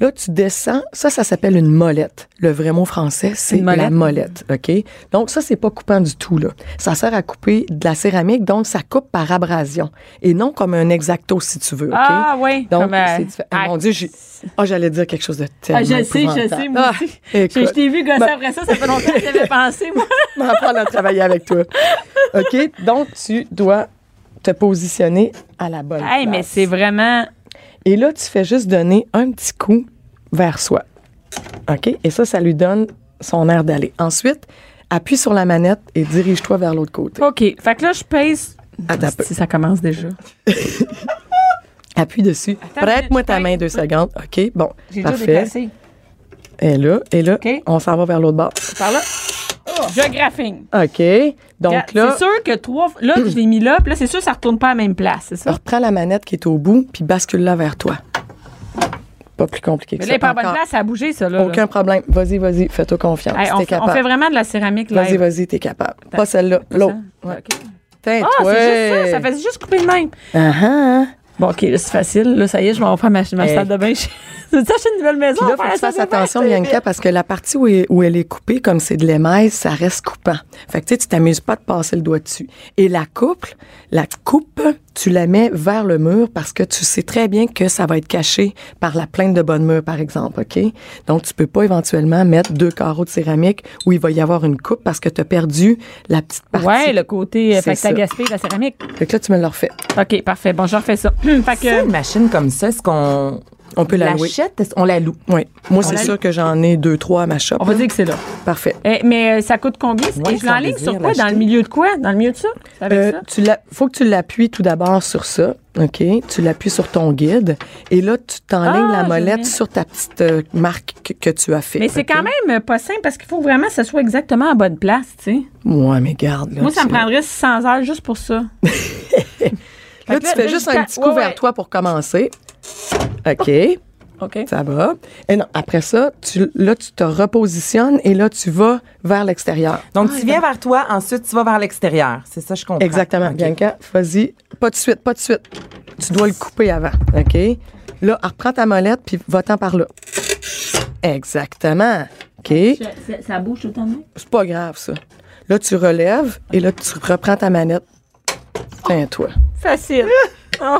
S6: Là, tu descends, ça, ça s'appelle une molette. Le vrai mot français, c'est
S4: Une molette?
S6: la molette, OK? Donc, ça, c'est pas coupant du tout, là. Ça sert à couper de la céramique, donc ça coupe par abrasion. Et non comme un exacto, si tu veux, OK?
S4: Ah, oui.
S6: Donc,
S4: comme, euh,
S6: c'est différent. Ah,
S4: ah,
S6: mon Dieu, j'ai- ah, j'allais dire quelque chose de tellement
S4: Ah, je sais, je sais, moi
S6: épouvantable.
S4: aussi.
S6: Ah,
S4: Je-
S6: écoute.
S4: Je t'ai vu gosser
S6: Ben-
S4: après ça, ça fait longtemps que j'avais pensé,
S6: (laughs)
S4: moi.
S6: m'en prendre à travailler avec toi. OK? Donc, tu dois te positionner à la bonne
S4: Hey, mais
S6: place.
S4: c'est vraiment.
S6: Et là, tu fais juste donner un petit coup vers soi. OK? Et ça, ça lui donne son air d'aller. Ensuite, appuie sur la manette et dirige-toi vers l'autre côté.
S4: OK. Fait que là, je pèse.
S6: Attends un peu.
S4: Si ça commence déjà.
S6: Appuie dessus.
S4: Attends,
S6: Prête-moi
S4: je-
S6: ta main deux secondes. OK? Bon,
S4: J'ai déjà
S6: parfait.
S4: déplacé.
S6: Et là, et là,
S4: OK.
S6: on s'en va vers l'autre bord.
S4: Par là. Je graffigne.
S6: OK? Donc là...
S4: Oh. C'est sûr que trois. Là, je l'ai mis là, puis là, c'est sûr que ça retourne pas à la même place, c'est ça?
S6: Reprends la manette qui est au bout, puis bascule-la vers toi. Pas plus compliqué que
S4: Mais
S6: ça.
S4: là, il est pas à bonne
S6: Encore.
S4: place, ça a bougé, ça, là.
S6: Aucun problème. Vas-y, vas-y, fais-toi confiance.
S4: Hey, on,
S6: t'es
S4: fait- on
S6: capable.
S4: fait vraiment de la céramique
S6: Vas-y,
S4: live.
S6: vas-y, t'es capable. Pas celle-là, l'autre.
S4: Ça?
S6: Ouais.
S4: OK.
S6: Tain,
S4: Ah,
S6: toi.
S4: c'est juste ça. Ça faisait juste couper le même.
S6: Ah, ah.
S4: Bon, OK, là, c'est facile. Là, ça y est, je vais en faire ma, ma
S6: Hey.
S4: salle de bain. (laughs) Je vais t'acheter une nouvelle maison.
S6: Eh. Puis là,
S4: on va
S6: faut que
S4: faire
S6: tu fasses
S4: la salle de bain.
S6: attention, Bianca, parce que la partie où, est- où elle est coupée, comme c'est de l'émail, ça reste coupant. Fait que tu sais, tu t'amuses pas de passer le doigt dessus. Et la coupe, la coupe, tu la mets vers le mur parce que tu sais très bien que ça va être caché par la plainte de bonne mur, par exemple, OK? Donc, tu peux pas éventuellement mettre deux carreaux de céramique où il va y avoir une coupe parce que tu as perdu la petite partie.
S4: Ouais, le côté. euh,
S6: C'est
S4: Fait que ça
S6: ça.
S4: gaspille la céramique.
S6: Fait que là, tu me le refais.
S4: OK, parfait. Bon, je refais ça. (clears throat) fait
S5: Ça,
S4: que.
S5: une machine comme ça, est-ce qu'on
S6: On peut la louer.
S5: l'achète? Est-ce- On la loue.
S6: Oui. Moi,
S4: On
S6: c'est
S4: la Oh.
S6: sûr que j'en ai deux, trois à ma shop.
S4: On va
S6: là.
S4: dire que c'est là.
S6: Parfait.
S4: Eh, mais euh, ça coûte combien?
S5: Ouais,
S4: Et je
S5: si on
S4: l'enligne sur
S5: désire
S4: quoi? Dans
S5: l'acheter.
S4: le milieu de quoi? Dans le milieu de ça? C'est Avec
S6: Euh,
S4: ça?
S6: tu la- faut que tu l'appuies tout d'abord sur ça, OK? Tu l'appuies sur ton guide et là, tu t'enlignes
S4: Ah,
S6: la
S4: je
S6: molette
S4: viens.
S6: sur ta petite euh, marque que, que tu as fait.
S4: Mais c'est
S6: OK?
S4: quand même euh, pas simple parce qu'il faut vraiment que ça soit exactement à bonne place, tu sais.
S6: Ouais, mais garde. Là,
S4: Moi, ça
S6: tu-
S4: me prendrait 600 heures juste pour
S6: (laughs)
S4: ça.
S6: Là,
S4: Fait
S6: tu
S4: que là,
S6: fais
S4: là,
S6: juste
S4: je-
S6: un petit coup
S4: ouais,
S6: vers
S4: ouais.
S6: toi pour commencer. OK,
S4: OK.
S6: ça va. Et non, après ça, tu, là, tu te repositionnes et là, tu vas vers l'extérieur.
S5: Donc, tu viens vers toi, ensuite, tu vas vers l'extérieur. C'est ça, je comprends.
S6: Exactement.
S5: OK.
S6: Bianca, vas-y. Pas de suite, pas de suite. Tu dois le couper avant, OK? Là, reprends ta molette, puis va-t'en par là. Exactement. OK?
S4: Ça, bouge tout le temps.
S6: C'est pas grave, ça. Là, tu relèves, et là, tu reprends ta manette. Tiens-toi.
S4: Facile.
S6: Ah,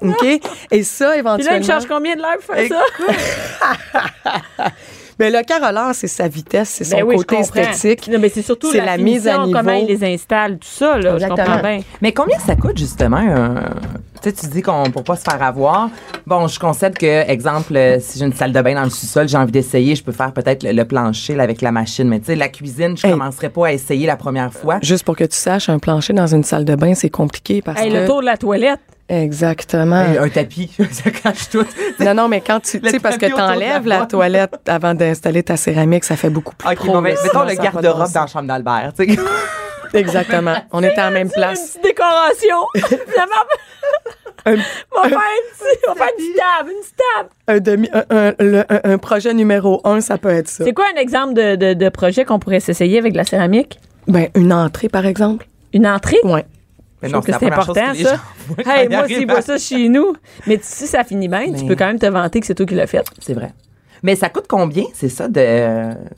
S6: OK? Et ça,
S4: Puis là, il me
S6: éventuellement...
S4: charge combien de l'heure pour faire ça?
S6: Mais le caroleur, c'est sa vitesse, c'est son
S4: Ben oui, je
S6: côté
S4: comprends.
S6: esthétique.
S4: Non, mais c'est surtout
S6: C'est
S4: la,
S6: la mise à
S4: finition,
S6: niveau.
S4: comment ils les installent, tout ça, là.
S6: Exactement.
S4: Je comprends bien.
S5: Mais combien ça coûte, justement? un- Tu sais, tu dis qu'on pour pas se faire avoir. Bon, je concède que, exemple, euh, si j'ai une salle de bain dans le sous-sol, j'ai envie d'essayer, je peux faire peut-être le, le plancher là, avec la machine. Mais tu sais, la cuisine, je
S6: Hey.
S5: commencerai pas à essayer la première fois.
S6: Juste pour que tu saches, un plancher dans une salle de bain, c'est compliqué parce
S4: Hey,
S6: que...
S4: le tour de la toilette.
S6: Exactement.
S5: Hey, Euh, Un tapis, (laughs) ça cache tout. (laughs)
S6: (laughs) Non, non, mais quand tu. Tu sais, parce que
S5: tapis autour de la
S6: t'enlèves la
S5: porte.
S6: toilette avant d'installer ta céramique, ça fait beaucoup plus.
S5: OK,
S6: pro,
S5: bon, ben,
S6: là,
S5: mettons
S6: sinon,
S5: le
S6: ça a pas de
S5: garde-robe
S6: bon
S5: dans la chambre d'Albert. tu sais.
S6: sens. Exactement. On est à la même (laughs) place.
S4: Une petite
S6: (laughs)
S4: décoration. Finalement, on va faire une petite, on va faire une petite table, une petite table.
S6: Un, demi, un, un- le- un- un projet numéro un, ça peut être ça.
S4: C'est quoi un exemple de, de, de projet qu'on pourrait s'essayer avec de la céramique?
S6: Ben, une entrée, par exemple.
S4: Une entrée?
S6: Ouais.
S5: Mais
S4: Je
S5: non,
S4: trouve que
S5: la
S4: c'est
S5: première chose
S4: important,
S5: que les
S4: ça.
S5: gens voient
S6: (laughs)
S5: quand
S4: Hey,
S5: ils
S4: moi, s'ils
S5: arrivent.
S4: voient ça chez nous. Mais si ça finit bien, tu
S5: Mais-
S4: peux quand même te vanter que c'est toi qui l'as fait.
S5: C'est vrai. Mais ça coûte combien, c'est ça, de.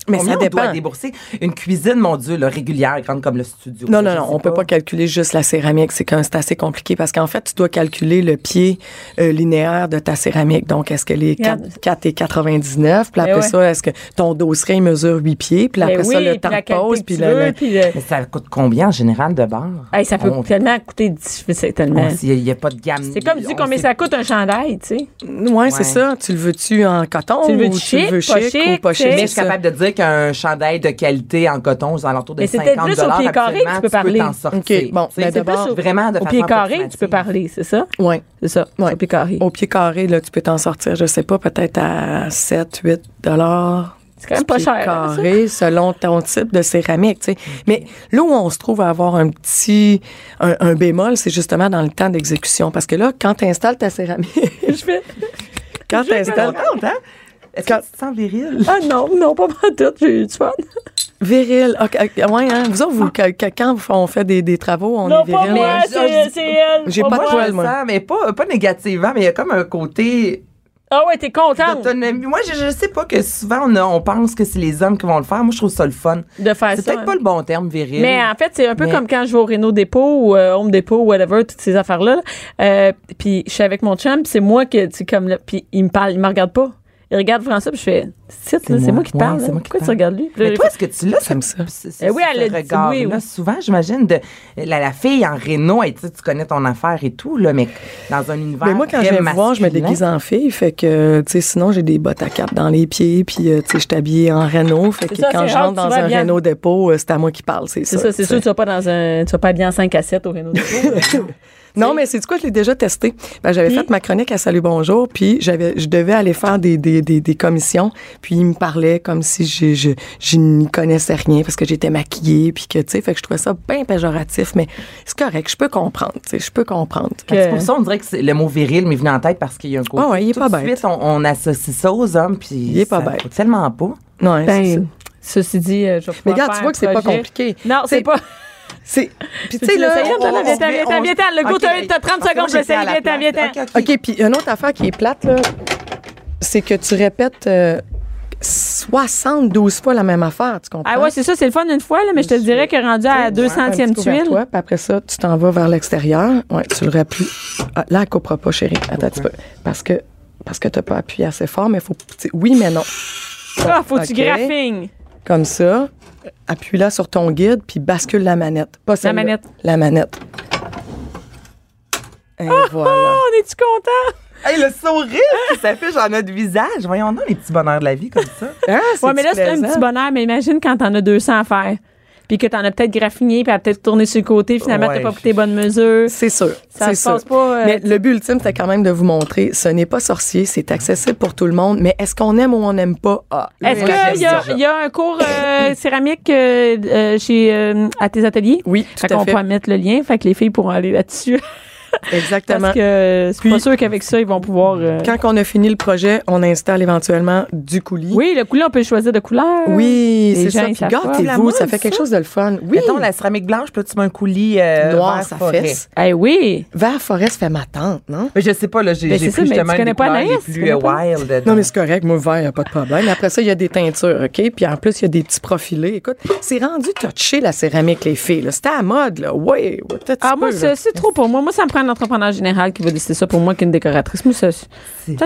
S6: Mais
S5: combien
S6: ça
S5: on doit
S6: dépend.
S5: débourser une cuisine, mon Dieu, là, régulière, grande comme le studio.
S6: Non,
S5: Je
S6: non,
S5: sais
S6: non, on peut pas calculer juste la céramique. C'est quand- c'est assez compliqué parce qu'en fait, tu dois calculer le pied euh, linéaire de ta céramique. Donc, est-ce que les
S4: Regarde.
S6: 4, 4 et 99, puis
S4: Ben ouais.
S6: après ça, est-ce que ton dosseret il mesure 8 pieds, puis après
S4: Ben
S6: ça, le
S4: puis
S6: temps
S4: la
S6: de
S4: qualité
S6: pause,
S4: que
S6: puis
S4: tu
S6: le-
S4: veux,
S6: le-
S4: puis le-
S5: Mais ça coûte combien en général de bar?
S4: Hey, ça peut
S5: On-
S4: tellement coûter difficile, c'est tellement.
S5: on- s'il y a- Il n'y a pas de gamme.
S4: C'est comme tu dis
S5: on
S4: combien
S5: sait-
S4: ça coûte un chandail, tu sais.
S6: Ouais, c'est
S5: Ouais.
S6: ça. Tu le veux-tu en coton
S4: Tu le veux-tu
S6: ou
S4: chic,
S6: tu le veux
S4: pas
S6: chic,
S4: chic,
S6: ou pas
S4: tu sais?
S5: Mais
S6: chic?
S5: je
S6: c'est
S5: suis
S6: ça.
S5: capable de dire qu'un chandail de qualité en coton aux alentours de
S4: Mais c'est peut-être
S5: 50
S4: plus au pied carré que tu peux
S5: absolument,
S4: parler.
S5: t'en sortir.
S6: OK,
S5: Tu
S6: bon,
S5: sais,
S6: ben
S5: c'est
S6: d'abord-
S5: plus au- vraiment de
S4: Au
S5: façon
S4: pied carré, tu
S5: approximative.
S4: peux parler, c'est ça?
S6: Ouais.
S4: C'est ça.
S6: Ouais.
S4: Au pied carré.
S6: Au pied carré, là, tu peux t'en sortir, je sais pas, peut-être à 7, 8 dollars.
S4: C'est quand même pas cher. hein, ça? Mm.
S6: carré selon ton type de céramique, tu sais. Mais là où on se trouve à avoir un petit, un, un bémol, c'est justement dans le temps d'exécution. Parce que là, quand tu installes
S4: (laughs)
S6: ta céramique,
S4: (laughs) Je fais.
S6: quand tu
S5: Je suis contente, hein? Est-ce
S6: Quand-
S5: que tu te sens viril?
S4: Ah non, non, pas pas tout, j'ai eu du fun.
S6: Viril. OK, OK, ouais, hein. Vous autres, vous, que- que- quand vous- on fait des, des travaux, on est
S4: Ah. Non, pas
S6: viril.
S4: moi,
S5: Mais je-
S4: c'est c'est elle.
S6: J'ai pas de
S4: moi.
S6: poils,
S5: le
S6: moi.
S5: sens, mais pas, pas négativement, mais il y a comme un côté
S4: Ah ouais, t'es contente
S5: d'autonomie. Moi, je, je sais pas que souvent, on, a- on pense que c'est les hommes qui vont le faire. Moi, je trouve ça le fun.
S4: de faire
S5: C'est
S4: ça.
S5: peut-être
S4: hein.
S5: pas le bon terme, viril.
S4: Mais en fait, c'est un peu
S5: Mais-
S4: comme quand je vais au Renault Dépôt ou euh, Home Depot ou whatever, toutes ces affaires-là. Euh, puis je suis avec mon chum, puis c'est moi que tu comme là, puis il me parle, il me regarde pas. Il regarde François, puis je fais c'est là, c'est
S5: moi.
S4: moi qui te
S5: Ouais,
S4: parle.
S5: c'est
S4: là.
S5: moi qui
S4: Pourquoi tu
S5: te parle.
S4: regardes lui Puis là,
S5: Mais
S4: j'ai
S5: toi, est-ce que tu l'as,
S6: J'aime
S5: ce-
S6: ça.
S5: ce- ce-
S4: Eh oui,
S5: ce
S4: elle l'a dit,
S5: regard-là?
S4: oui, oui.
S5: Souvent, j'imagine, de, la, la fille en réno, elle, tu sais, tu connais ton affaire et tout, là, mais dans un univers.
S6: Mais Ben, moi, quand je
S5: très
S6: vais me voir, je me
S5: masculin,
S6: déguise en fille. Fait que, tu sais, sinon, j'ai des bottes à cap dans les pieds. Puis, euh, tu sais, je suis habillée en Renault. Fait que
S4: C'est ça,
S6: quand
S4: c'est
S6: je
S4: rare
S6: rentre
S4: que tu
S6: dans
S4: vas
S6: un
S4: bien.
S6: Renault dépôt, euh, c'est à moi qui parle. C'est
S4: C'est
S6: ça.
S4: ça, c'est
S6: tu sais.
S4: sûr, tu vas pas dans un. Tu vas pas bien en 5 à 7 au Renault Dépôt.
S6: Non, mais c'est du quoi, je l'ai déjà testé. Ben, j'avais fait ma chronique à Salut Bonjour, puis j'avais, je devais aller faire des, des, des, des commissions, puis il me parlait comme si je, je, je n'y connaissais rien parce que j'étais maquillée, puis que, tu sais, fait que je trouvais ça bien péjoratif, mais c'est correct, je peux comprendre, tu sais, je peux comprendre.
S4: Que-
S5: C'est pour ça, on dirait que c'est- le mot viril m'est venu en tête parce qu'il y a un côté.
S6: Ah ouais, il est
S5: tout
S6: pas
S5: de
S6: bête.
S5: suite, on, on associe ça aux hommes, puis.
S6: Il est pas
S5: ça
S6: bête.
S5: faut Tellement pas.
S6: Non, hein, c'est ça.
S4: Ben, ceci dit, euh, je vais
S6: Mais
S4: pouvoir
S6: regarde, tu
S4: faire
S6: vois que c'est
S4: un
S6: pas
S4: projet.
S6: compliqué.
S4: Non, c'est
S6: C'est-
S4: pas.
S6: C'est, puis tu
S4: Tu
S6: sais, là,
S4: l'essayes,
S6: on-
S4: viens-t'en,
S6: on-
S4: viens-t'en,
S6: on-
S4: viens-t'en, viens-t'en. Le goût,
S5: Ok.
S4: t'as- t'as 30
S5: Parce que moi,
S4: secondes,
S5: j'étais à
S4: j'essaye,
S5: la
S4: viens-t'en,
S5: place.
S4: viens-t'en.
S5: Ok, ok.
S6: OK, puis une autre affaire qui est plate, là, c'est que tu répètes euh, 72 fois la même affaire, tu comprends?
S4: Ah ouais, c'est ça, c'est le fun une fois, là, mais je te dirais que rendu à la
S6: Un petit
S4: 200e
S6: coup vers
S4: tuile.
S6: toi, puis après ça, tu t'en vas vers l'extérieur. Ouais, tu le rappuies. Ah, là, elle coupera pas, chérie. Attends, tu peux. Parce que, parce que t'as pas appuyé assez fort, mais faut. tu- Oui, mais non.
S4: Ah, (laughs) faut que tu
S6: Ok.
S4: graphines.
S6: Comme ça, appuie-la sur ton guide, puis bascule la manette. Pas celle-là.
S4: manette.
S6: La manette. Et
S4: Oh!
S6: voilà.
S4: On est-tu content?
S5: Hey, le sourire qui s'affiche en notre visage. Voyons, non, les petits bonheurs de la vie comme ça.
S6: Hein,
S4: Ouais, mais là, c'est un
S6: plaisant?
S4: petit bonheur, mais imagine quand t'en as 200 à faire. Puis que t'en as peut-être graffiné, puis elle a peut-être tourné sur le côté, finalement,
S5: Ouais.
S4: t'as pas pris tes bonnes mesures.
S6: C'est sûr.
S4: Ça
S6: c'est
S4: se
S6: sûr.
S4: passe pas, euh,
S6: mais le but ultime, c'était quand même de vous montrer, ce n'est pas sorcier, c'est accessible pour tout le monde, mais est-ce qu'on aime ou on n'aime pas? Ah, là,
S4: Est-ce
S6: moi, j'aime
S4: qu'il y, a-
S6: ça.
S4: il y a un cours euh, céramique euh, euh, chez, euh, à tes ateliers?
S6: Oui,
S4: Fait
S6: tout à
S4: qu'on
S6: fait.
S4: pourra mettre le lien, fait que les filles pourront aller là-dessus.
S6: Exactement.
S4: Parce que c'est pas
S6: Puis-
S4: sûr qu'avec ça, ils vont pouvoir. euh,
S6: Quand on a fini le projet, on installe éventuellement du coulis.
S4: Oui, le coulis, on peut le choisir de couleur.
S6: Oui,
S4: Les gens,
S6: c'est ça.
S4: ils
S6: Puis
S4: savent pas.
S5: La
S6: gâtez-vous,
S5: mode,
S6: ça fait quelque chose de le fun. Oui,
S5: Mettons la céramique blanche, puis là, tu mets un coulis euh,
S6: noir,
S5: vert
S6: ça
S5: forêt.
S6: fesse.
S4: Eh oui.
S6: Vert forêt, ça fait ma tante, non?
S5: Ben, Mais je sais pas, là, j'ai
S4: Mais
S5: j'ai
S4: c'est ça,
S5: pris
S4: mais
S5: justement
S4: tu
S5: une
S4: connais
S5: des
S4: pas
S5: couleurs
S4: Anaïs,
S5: les
S4: tu
S5: plus euh,
S4: connais pas.
S5: wild.
S6: Non,
S5: dedans.
S6: mais c'est correct, moi, vert, y a pas de problème. Après ça, il y a des teintures, OK? Puis en plus, il y a des petits profilés. Écoute, c'est rendu touché, la céramique, les filles. là. C'était à mode, là. Ouais, ouais, t'as- tu
S4: Ah, moi,
S6: peux,
S4: c'est
S6: là.
S4: c'est trop pour moi. Moi, ça me prend un entrepreneur général qui va décider ça pour moi qu'une décoratrice. Moi, ça, ça,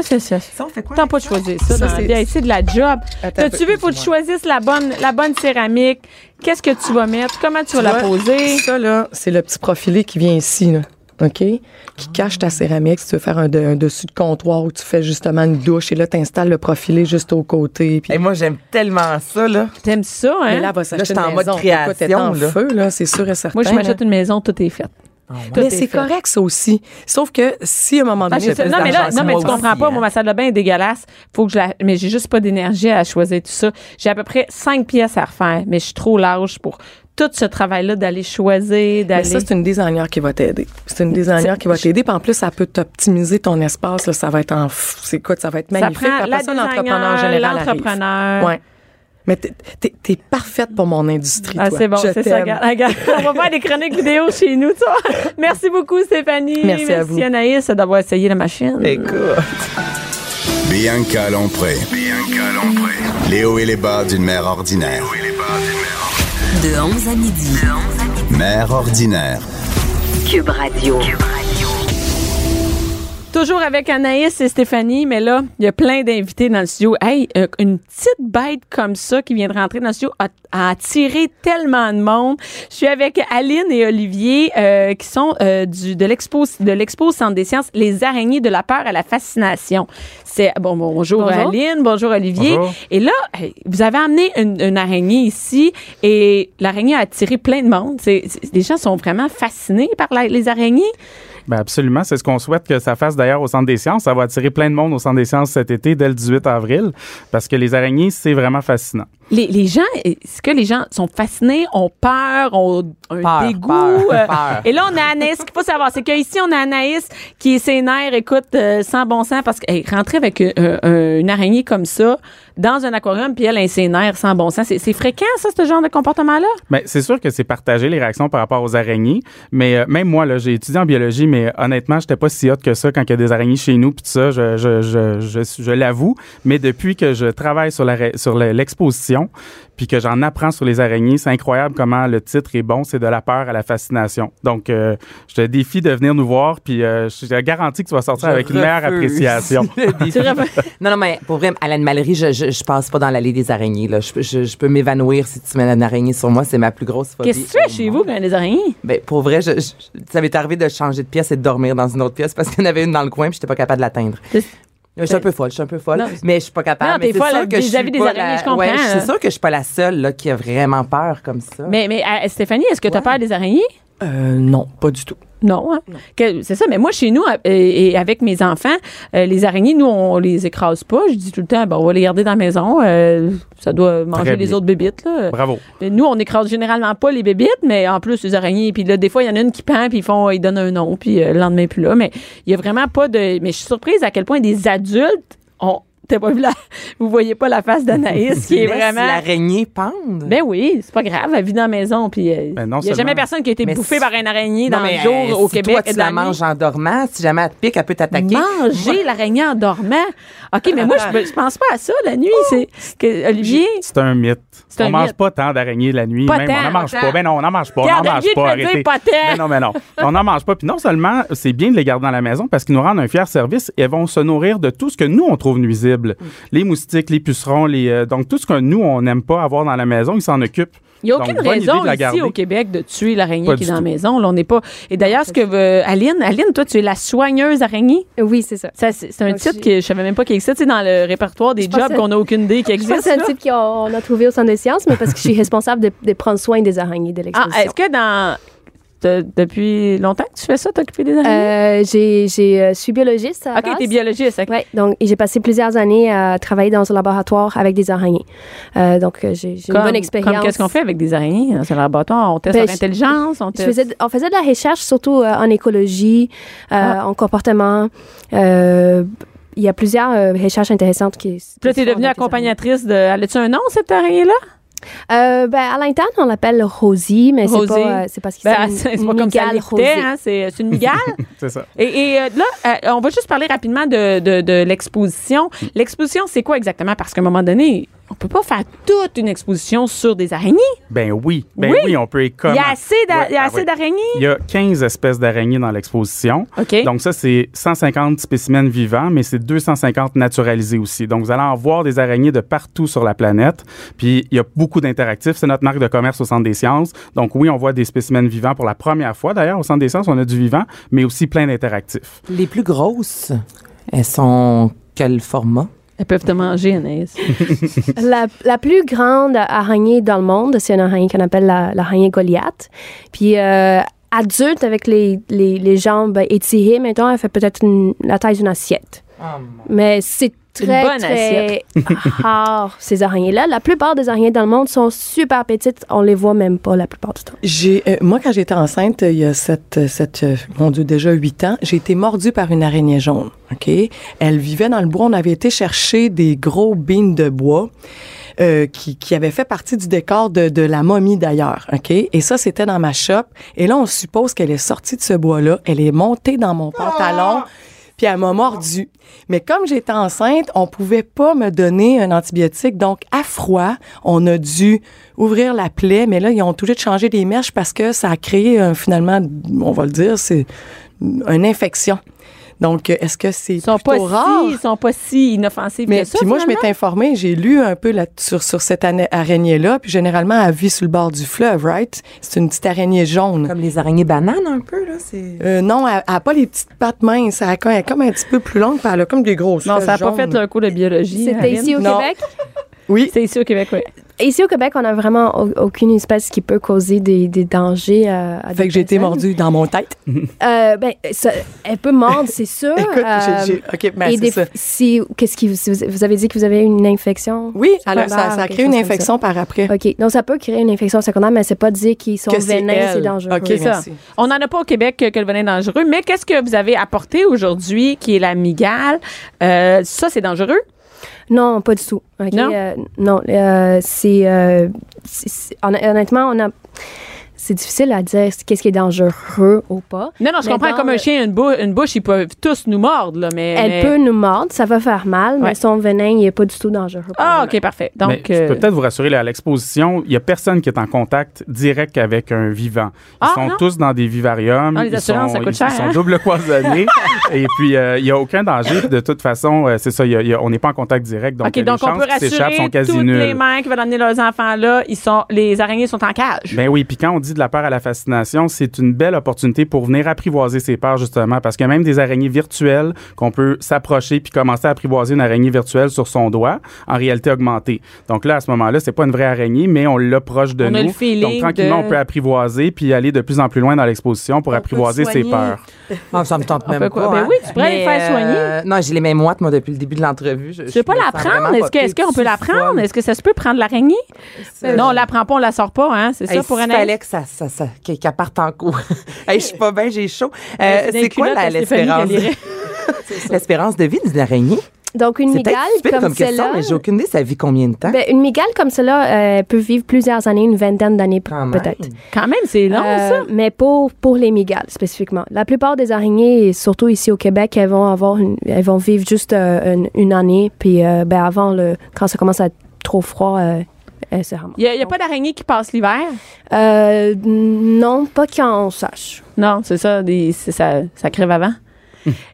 S4: ça, ça.
S5: Ça, on fait quoi
S4: T'as
S5: avec
S4: pas de choisir ça,
S6: Ça,
S4: dans la
S6: c'est-
S4: vie. Hey, C'est de la job.
S6: Attends
S4: T'as-tu vu, faut que
S6: un peu,
S4: tu
S6: excuse-moi.
S4: choisisses la bonne, la bonne céramique. Qu'est-ce que tu vas mettre? Comment tu vas la
S6: Ouais,
S4: poser?
S6: Ça, là, c'est le petit profilé qui vient ici, là. OK? Qui cache ta céramique. Si tu veux faire un, de- un dessus de comptoir où tu fais justement une douche et là, tu installes le profilé juste au côté. Puis
S5: Et moi, j'aime tellement ça, là.
S4: T'aimes ça, hein?
S6: Mais là, elle va s'acheter
S5: Là,
S6: une
S5: j'étais en mode
S6: maison. Écoute, elle est en
S5: création, là.
S6: feu, là, c'est sûr et certain.
S4: moi, je
S6: là.
S4: m'achète une maison, tout est fait. Tout
S6: Ah, Mais
S4: est
S6: c'est
S4: fait.
S6: correct, ça aussi. Sauf que si à un moment
S4: Ah,
S6: donné...
S4: je sais-
S5: plus
S4: non, mais là,
S5: d'argent
S4: non,
S5: que
S4: mais
S5: moi
S4: tu comprends
S5: aussi,
S4: pas.
S5: hein.
S4: Moi, ma salle de bain est dégueulasse. Faut que je la, mais j'ai juste pas d'énergie à choisir tout ça. J'ai à peu près cinq pièces à refaire, mais je suis trop large pour tout ce travail-là d'aller choisir,
S6: Mais
S4: d'aller.
S6: ça, c'est une designer qui va t'aider. C'est une designer qui va t'aider. Puis en plus, ça peut t'optimiser ton espace. là. ça va être en... f- C'est quoi? Ça va être magnifique.
S4: prend
S6: Puis
S4: la
S6: après ça,
S4: designer,
S6: l'entrepreneur général arrive.
S4: l'entrepreneur.
S6: Ouais. Mais t'es- t'es t'es parfaite pour mon industrie,
S4: Ah,
S6: toi.
S4: c'est bon,
S6: Je
S4: c'est ça.
S6: t'aime.
S4: Regarde,
S6: (laughs)
S4: regarde. on va faire des chroniques vidéo chez nous, toi. Merci beaucoup, Stéphanie.
S6: Merci à vous.
S4: Anaïs, d'avoir essayé la machine.
S5: Écoute.
S3: Bianca Lompré. Les hauts et les bas d'une mère ordinaire.
S2: De 11 à midi.
S3: Mère ordinaire.
S2: Cube Radio.
S4: Toujours avec Anaïs et Stéphanie, mais là, il y a plein d'invités dans le studio. Hey, euh, une petite bête comme ça qui vient de rentrer dans le studio a, a attiré tellement de monde. Je suis avec Aline et Olivier euh, qui sont euh, du, de l'expo de l'expo Centre des sciences Les araignées de la peur à la fascination. C'est bon bonjour,
S7: Bonjour.
S4: Aline, bonjour Olivier.
S8: Bonjour.
S4: Et là, hey, vous avez amené une, une araignée ici et l'araignée a attiré plein de monde. C'est- c'est- les gens sont vraiment fascinés par la- les araignées.
S8: Ben absolument, c'est ce qu'on souhaite que ça fasse d'ailleurs au Centre des sciences. Ça va attirer plein de monde au Centre des sciences cet été dès le 18 avril parce que les araignées, c'est vraiment fascinant.
S4: les, les gens, est-ce que les gens sont fascinés, ont peur, ont un
S5: Peur,
S4: dégoût?
S5: peur,
S4: euh,
S5: peur.
S4: Et là, on a Anaïs. Ce qu'il faut savoir, c'est qu'ici, on a Anaïs qui est sénère, écoute, euh, sans bon sens, parce qu'elle rentrait avec euh, euh, une araignée comme ça dans un aquarium, puis elle est sénère, sans bon sens. C'est- C'est fréquent, ça, ce genre de comportement-là?
S8: Mais c'est sûr que c'est partagé les réactions par rapport aux araignées, mais euh, même moi là, j'ai étudié en biologie, mais euh, honnêtement, j'étais pas si hot que ça quand il y a des araignées chez nous puis tout ça, je je je je, je l'avoue, mais depuis que je travaille sur la ra- sur le- l'exposition puis que j'en apprends sur les araignées, c'est incroyable comment le titre est bon, c'est de la peur à la fascination. Donc euh, je te défie de venir nous voir puis euh, je te garantis que tu vas sortir avec une
S5: (laughs)
S8: meilleure appréciation.
S5: non, non, mais pour vrai, à l'animalerie, je, je, je passe pas dans l'allée des araignées. Là. Je, peux- je- je peux m'évanouir si tu mets une araignée sur moi. C'est ma plus grosse phobie.
S4: Qu'est-ce que tu fais
S5: au
S4: chez
S5: monde.
S4: vous quand il y a des araignées?
S5: Ben, pour vrai, je, je- ça m'est arrivé de changer de pièce et de dormir dans une autre pièce parce qu'il y en avait une dans le coin puis j'étais pas capable de l'atteindre.
S4: C'est-
S5: Je suis un peu folle, je suis un peu folle,
S4: Non,
S5: mais je suis pas capable.
S4: Non,
S5: mais
S4: t'es
S5: c'est
S4: folle
S5: sûr que je
S4: vis-à-vis
S5: suis
S4: des
S5: pas
S4: araignées,
S5: la-
S4: je comprends,
S5: Ouais, je
S4: hein.
S5: suis sûre que je suis pas la seule là, qui a vraiment peur comme ça.
S4: Mais, mais euh, Stéphanie, est-ce que tu as peur des araignées?
S6: Euh, non, pas du tout.
S4: Non, hein? Que- c'est ça. Mais moi, chez nous, euh, et avec mes enfants, euh, les araignées, nous, on les écrase pas. Je dis tout le temps, ben, on va les garder dans la maison. euh, ça doit manger
S8: Très
S4: les
S8: bien.
S4: autres bébites. Là.
S8: Bravo.
S4: Mais Nous, on écrase généralement pas les bébites, mais en plus, les araignées. Puis là, des fois, il y en a une qui pend, puis ils font, ils donnent un nom, puis euh, le lendemain, plus là. Mais il y a vraiment pas de. Mais je suis surprise à quel point des adultes ont. T'as pas vu la. Vous voyez pas la face d'Anaïs
S5: (laughs)
S4: qui est
S5: Laisse
S4: vraiment.
S5: l'araignée pendre.
S4: Ben oui, c'est pas grave, elle vit dans la maison. Puis euh, il
S8: Ben non
S4: y a jamais
S8: seulement-
S4: personne qui a été
S5: Mais
S4: bouffé
S5: si-
S4: par une araignée
S5: Non,
S4: dans le
S5: mais,
S4: jour
S5: euh,
S4: au
S5: si
S4: Québec.
S5: Toi,
S4: et
S5: tu
S4: dans
S5: la
S4: la nuit.
S5: manges en dormant. Si jamais elle te pique, elle peut t'attaquer.
S4: Manger l'araignée en dormant. OK, mais moi, je, me- je pense pas à ça la nuit.
S8: Oh.
S4: C'est que Olivier.
S8: C'est un mythe.
S4: C'est un
S8: on mange
S4: mythe.
S8: pas tant d'araignées la nuit.
S4: Pas
S8: même,
S4: tant,
S8: on n'en mange
S4: pas
S8: pas.
S4: tant.
S8: Ben non, on n'en mange pas.
S4: Regarde,
S8: on n'en mange
S4: Olivier
S8: pas.
S4: te le dit,
S8: Arrêtez.
S4: pas tant.
S8: Mais
S4: (laughs)
S8: non, mais non. On n'en mange pas. Puis non seulement c'est bien de les garder dans la maison parce qu'ils nous rendent un fier service, elles vont se nourrir de tout ce que nous on trouve nuisible.
S4: Mm.
S8: Les moustiques, les pucerons, les euh, donc tout ce que nous on n'aime pas avoir dans la maison, ils s'en occupent.
S4: Il n'y a
S8: Donc,
S4: aucune
S8: bonne idée
S4: raison
S8: de la
S4: ici
S8: garder.
S4: au Québec de tuer l'araignée
S8: Pas
S4: qui est
S8: du
S4: dans la
S8: tout. Ah,
S4: maison. Là, on n'est pas. Et d'ailleurs, ce que veut Aline, Aline, toi, tu es la soigneuse araignée.
S9: Oui, c'est ça.
S4: Ça, c'est c'est un
S9: Donc,
S4: titre
S9: j'ai-
S4: que je savais même pas qu'il existe. C'est dans le répertoire des
S9: Je pensais-
S4: jobs qu'on n'a aucune idée qui
S9: Je pense que
S4: existe.
S9: c'est un
S4: là.
S9: type qu'on a trouvé au centre des sciences, mais parce que je suis responsable de, de prendre soin des araignées de
S4: Ah,
S9: l'exposition.
S4: est-ce que dans. de- depuis longtemps que tu fais ça, t'occuper des araignées?
S9: Euh, j'ai, j'ai, euh, je suis biologiste à la
S4: OK,
S9: base.
S4: t'es biologiste. ok.
S9: Ouais, donc et j'ai passé plusieurs années à travailler dans un laboratoire avec des araignées. Euh, donc euh, j'ai, j'ai
S4: Comme-
S9: une bonne expérience.
S4: Comme qu'est-ce qu'on fait avec des araignées dans un laboratoire? On teste
S9: Ben,
S4: leur
S9: je-
S4: intelligence, on
S9: Je
S4: teste...
S9: faisais de- on faisait de la recherche surtout euh, en écologie, euh,
S4: Ah.
S9: en comportement. Euh, il y a plusieurs euh, recherches intéressantes qui.
S4: Puis là,
S9: qui
S4: t'es
S9: se
S4: devenue
S9: font avec les araignées.
S4: accompagnatrice de... Elle a-tu un nom, cette araignée-là?
S9: Euh, ben, à l'interne, on l'appelle Rosie, mais
S4: Rosie.
S9: c'est pas, euh, c'est parce qu'il
S4: Ben,
S9: s'appelle
S4: (laughs) c'est
S9: une-
S4: pas comme
S9: une
S4: ça
S9: mygale
S4: elle l'était,
S9: rosée.
S4: hein, c'est c'est une (laughs) migale.
S8: C'est ça.
S4: et, et, euh, là, euh, on va juste parler rapidement de, de, de l'exposition. L'exposition, c'est quoi exactement? Parce qu'à un moment donné, on peut pas faire toute une exposition sur des araignées.
S8: Ben oui. Ben
S4: Oui.
S8: oui, on peut y
S4: Il y
S8: commencer.
S4: a assez d'a-
S8: Ouais,
S4: il y a
S8: ah
S4: assez
S8: oui.
S4: d'araignées.
S8: Il y a 15 espèces d'araignées dans l'exposition.
S4: OK.
S8: Donc ça, c'est 150 spécimens vivants, mais c'est 250 naturalisés aussi. Donc vous allez en voir des araignées de partout sur la planète. Puis il y a beaucoup d'interactifs. C'est notre marque de commerce au Centre des sciences. Donc oui, on voit des spécimens vivants pour la première fois. D'ailleurs, au Centre des sciences, on a du vivant, mais aussi plein d'interactifs.
S5: Les plus grosses, elles sont quel format?
S4: Elles peuvent te manger, Anaïs.
S9: La, la plus grande araignée dans le monde, c'est une araignée qu'on appelle la- l'araignée Goliath. Puis euh, adulte avec les, les, les jambes étirées, maintenant, elle fait peut-être une- la taille d'une assiette. Mais c'est
S4: Oh Une
S9: très,
S4: bonne (laughs)
S9: très rare, ces araignées-là. La plupart des araignées dans le monde sont super petites. On les voit même pas la plupart du temps.
S6: J'ai euh, moi quand j'étais enceinte euh, il y a cette euh, cette euh, mon dieu déjà huit ans, j'ai été mordue par une araignée jaune. OK Elle vivait dans le bois, on avait été chercher des gros bines de bois euh, qui qui avaient fait partie du décor de, de la momie d'ailleurs, OK Et ça c'était dans ma shop et là on suppose qu'elle est sortie de ce bois-là, elle est montée dans mon pantalon. Puis elle m'a mordu. Mais comme j'étais enceinte, on pouvait pas me donner un antibiotique. Donc, à froid, on a dû ouvrir la plaie. Mais là, ils ont tout de changer les mèches parce que ça a créé, euh, finalement, on va le dire, c'est une infection. Donc, euh, est-ce que c'est
S4: Ils sont
S6: plutôt
S4: pas
S6: rare?
S4: si, ils sont pas si inoffensifs
S6: Mais
S4: que ça.
S6: puis moi, je
S4: finalement.
S6: m'étais informée, j'ai lu un peu là, sur, sur cette ana- araignée-là. Puis généralement, elle vit sur le bord du fleuve, right? C'est une petite araignée jaune.
S5: Comme les araignées bananes un peu, là. C'est...
S6: Euh, non, elle n'a pas les petites pattes minces. Elle a, comme- elle est comme un petit peu plus longue, puis elle a comme des grosses
S4: Non, ça n'a
S6: n'a
S4: pas fait un cours de biologie.
S9: C'était
S4: Aline.
S9: ici au
S6: Non.
S9: Québec.
S6: Oui,
S4: C'était ici au Québec, oui.
S9: Ici au Québec, on n'a vraiment au- aucune espèce qui peut causer des, des dangers à,
S6: Fait
S9: à Ah, des
S6: que j'ai été
S9: personnes.
S6: mordue dans mon tête.
S9: Euh, ben, ça- elle peut mordre,
S6: (laughs)
S9: c'est sûr.
S6: Écoute,
S9: euh,
S6: j'ai- j'ai- OK, mais
S9: et
S6: c'est
S9: des-
S6: ça.
S9: si, qu'est-ce qui, si vous, vous avez dit que vous avez une infection?
S6: Oui, alors ça,
S9: secondaire,
S6: ça
S9: quelque
S6: crée une
S9: chose comme ça.
S6: infection par après.
S9: OK. Donc, ça peut créer une infection secondaire, mais c'est pas dire qu'ils sont
S6: Que c'est
S9: vénins, c'est
S6: elle.
S9: dangereux.
S6: OK,
S9: C'est ça.
S6: merci.
S4: On n'en a pas au Québec que, que le venin est dangereux, mais qu'est-ce que vous avez apporté aujourd'hui qui est la migale? Euh, ça, c'est dangereux.
S9: Non, pas du tout. OK,
S4: Non?
S9: euh, non, euh, c'est, euh, c'est- c'est- honn- Honnêtement, on a. C'est difficile à dire c'est- qu'est-ce qui est dangereux ou pas.
S4: Non, non, je
S9: Mais
S4: comprends.
S9: dans
S4: Comme un
S9: le-
S4: chien, une, bou- une bouche, ils peuvent tous nous mordre, là, mais.
S9: Elle
S4: Eh mais-
S9: peut nous mordre, ça va faire mal,
S4: Ouais.
S9: mais son venin, il n'est pas du tout dangereux.
S4: Ah, OK, parfait.
S8: Mais
S4: Donc.
S8: je
S4: euh,
S8: peux peut-être vous rassurer, là, à l'exposition, il n'y a personne qui est en contact direct avec un vivant. Ils
S4: Ah,
S8: sont
S4: non?
S8: tous dans des vivariums.
S4: Ah, les
S8: ils
S4: assurances, ça
S8: sont,
S4: coûte
S8: ils-
S4: cher,
S8: Ils sont
S4: hein? (laughs)
S8: double cloisonnés. et puis, euh, il n'y a aucun danger. Puis De toute façon, euh, c'est ça, il y a- il y a- on n'est pas en contact direct. Donc,
S4: OK,
S8: les
S4: donc on
S8: chances
S4: peut
S8: qu'ils s'échappent
S4: rassurer
S8: sont quasi
S4: toutes les
S8: nulles.
S4: mères qui veulent emmener leurs enfants là, ils sont, les araignées sont en cage.
S8: Ben oui, puis quand on dit de la peur à la fascination, c'est une belle opportunité pour venir apprivoiser ses peurs justement, parce que même des araignées virtuelles qu'on peut s'approcher puis commencer à apprivoiser une araignée virtuelle sur son doigt, en réalité augmentée. Donc là, à ce moment-là, c'est pas une vraie araignée, mais on l'a proche de
S4: On a
S8: nous.
S4: le feeling
S8: Donc tranquillement,
S4: de-
S8: on peut apprivoiser puis aller de plus en plus loin dans l'exposition pour
S4: On peut
S8: apprivoiser ses
S4: soigner.
S8: peurs.
S5: Ah, ça me tente
S4: peut
S5: même
S4: quoi?
S5: pas.
S4: Ben
S5: hein.
S4: oui, tu pourrais
S5: Mais,
S4: les faire
S5: euh, non, j'ai les mêmes moites, moi, depuis le début de l'entrevue. Je,
S4: Tu veux pas la prendre? Est-ce que- est-ce qu'on peut la prendre? Est-ce que ça se peut prendre l'araignée? Non, on la prend pas, on la sort pas, hein? C'est ça pour
S5: Il
S4: Anaïs?
S5: fallait que ça, ça, ça, qu'elle qu'elle parte en cours. (laughs) hey, je suis pas bien, j'ai chaud. Euh,
S4: c'est des
S5: c'est quoi
S4: culottes
S5: la-
S4: à Stéphanie
S5: l'espérance? (laughs)
S4: qu'elle irait.
S5: l'espérance de vie d'une araignée?
S9: Donc, une
S5: C'est peut-être
S9: migale
S5: stupide
S9: comme,
S5: comme question,
S9: celle-là.
S5: mais j'ai aucune idée, ça vit combien de temps?
S9: ben, une migale comme celle-là euh, peut vivre plusieurs années, une vingtaine d'années
S5: Quand même.
S9: peut-être.
S4: Quand même, c'est long,
S9: Euh,
S4: ça.
S9: Mais pour, pour les migales, spécifiquement. La plupart des araignées, et surtout ici au Québec, elles vont, avoir une- elles vont vivre juste euh, une, une année. Puis euh, ben, avant, le, quand ça commence à être trop froid, euh, elles se ramassent.
S4: Il n'y a, pas d'araignée qui passe l'hiver?
S9: Euh, non, pas qu'on sache.
S4: Non, c'est ça, des- c'est ça, ça crève avant.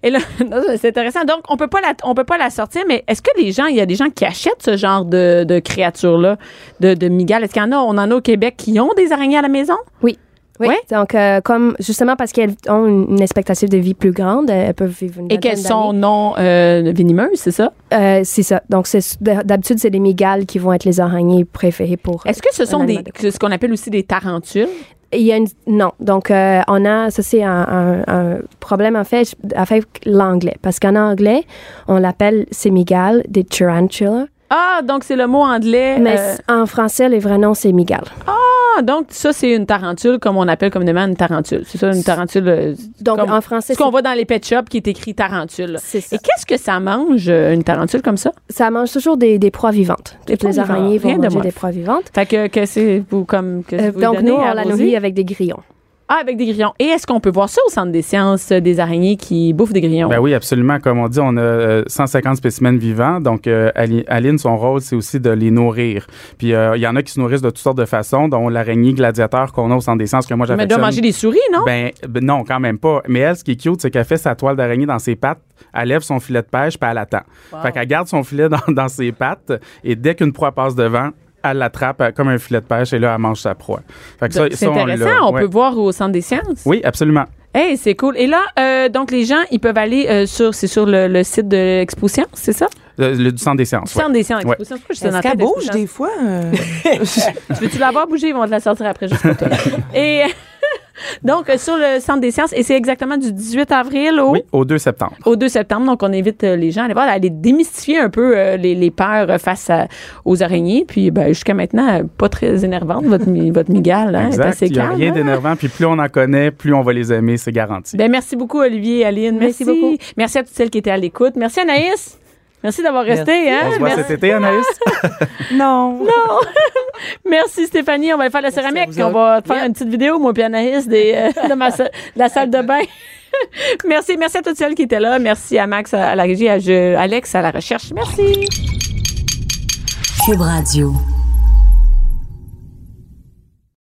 S4: Et là, (laughs) non, c'est intéressant. Donc, on peut pas la, on peut pas la sortir, mais est-ce que les gens, il y a des gens qui achètent ce genre de, de créatures-là, de, de migales? Est-ce qu'il y en a, on en a au Québec qui ont des araignées à la maison?
S9: Oui.
S4: Ouais.
S9: Donc, euh, comme justement parce qu'elles ont une, une expectative de vie plus grande, elles peuvent vivre une
S4: Et
S9: vingtaine
S4: qu'elles sont
S9: d'années.
S4: non euh, venimeuses, c'est ça?
S9: Euh, c'est ça. Donc, c'est- d'habitude, c'est les migales qui vont être les araignées préférées pour.
S4: Est-ce que ce sont
S9: animal
S4: des,
S9: de
S4: ce qu'on appelle aussi des tarentules?
S9: Il y a une- non. Donc, euh, on a, ça c'est un, un- un problème en fait je- avec l'anglais. Parce qu'en anglais, on l'appelle sémigale des tarantulas.
S4: Ah, donc c'est le mot anglais.
S9: Mais
S4: euh,
S9: en français, les vrais noms, c'est migale.
S4: ah, donc ça, c'est une tarentule, comme on appelle communément une tarentule. C'est ça, une tarentule. euh,
S9: Donc,
S4: comme-
S9: en français,
S4: ce qu'on voit dans les pet shops qui est écrit tarentule.
S9: c'est ça.
S4: Et qu'est-ce que ça mange, euh, une tarentule comme ça?
S9: Ça mange toujours des, des proies vivantes.
S4: Des
S9: Toutes
S4: proies
S9: les
S4: vivantes.
S9: araignées vont
S4: Rien de
S9: manger
S4: moi.
S9: des proies vivantes.
S4: Fait que, que c'est vous comme. Que
S9: Euh,
S4: vous
S9: donc,
S4: donnez
S9: nous,
S4: à
S9: on la
S4: Rosie?
S9: nourrit avec des grillons.
S4: Ah, avec des grillons. Et est-ce qu'on peut voir ça au Centre des sciences, euh, des araignées qui bouffent des grillons?
S8: Ben oui, absolument. Comme on dit, on a euh, 150 spécimens vivants. Donc, euh, Ali- Aline, son rôle, c'est aussi de les nourrir. Puis, euh, il y en a qui se nourrissent de toutes sortes de façons, dont l'araignée gladiateur qu'on a au centre des sciences que moi
S4: Mais elle doit
S8: j'affectionne.
S4: manger des souris, non?
S8: Ben, ben non, quand même pas. Mais elle, ce qui est cute, c'est qu'elle fait sa toile d'araignée dans ses pattes, elle lève son filet de pêche, puis elle attend. Fait qu'elle garde son filet dans, dans ses pattes, et dès qu'une proie passe devant, elle l'attrape euh, comme un filet de pêche, et là, elle mange sa proie. Fait que ça,
S4: Ben, c'est
S8: ça, on l'a,
S4: intéressant, on,
S8: ouais.
S4: peut voir au Centre des sciences.
S8: Oui, absolument.
S4: Hey, c'est cool. Et là, euh, donc les gens, ils peuvent aller euh, sur, c'est sur le, le site de l'Expo Science, c'est ça?
S8: Le, le- du centre des sciences.
S4: Du
S8: ouais.
S4: Centre des sciences. Expo Science. Pourquoi je suis dans la
S5: Est-ce qu'elle
S4: tête d'Expo
S5: bouge
S4: Science?
S5: des fois? euh?
S4: Tu veux-tu la voir bouger? Ils vont te la sortir après, juste
S8: (laughs)
S4: pour toi. et (laughs) donc, euh, sur le Centre des sciences, et c'est exactement du 18 avril au...
S8: Oui, au 2 septembre.
S4: Au 2 septembre, donc on invite euh, les gens à aller voir, à aller démystifier un peu euh, les, les peurs euh, face à- aux araignées. Puis ben, jusqu'à maintenant, euh, pas très énervante, votre, mi- votre migale. Hein, Elle est
S8: Exact.
S4: assez
S8: Il n'y a
S4: calme,
S8: rien
S4: hein.
S8: d'énervant. Puis plus on en connaît, plus on va les aimer, c'est garanti.
S4: Ben, merci beaucoup, Olivier et Aline. Merci,
S9: Merci beaucoup.
S4: Merci à toutes celles qui étaient à l'écoute. Merci, Anaïs. Merci d'avoir resté. Hein?
S8: on se voit
S4: merci,
S8: cet été, Anaïs.
S5: non.
S4: merci, Stéphanie. On va aller faire la céramique.
S5: vous
S4: puis On
S5: autres.
S4: va te faire une petite vidéo, moi, puis Anaïs, des, euh, (laughs) de, ma sa- de la salle de bain. (laughs) merci. Merci à toutes celles qui étaient là. Merci à Max, à la régie, à Je- Alex, à la recherche. Merci.
S2: Cube Radio.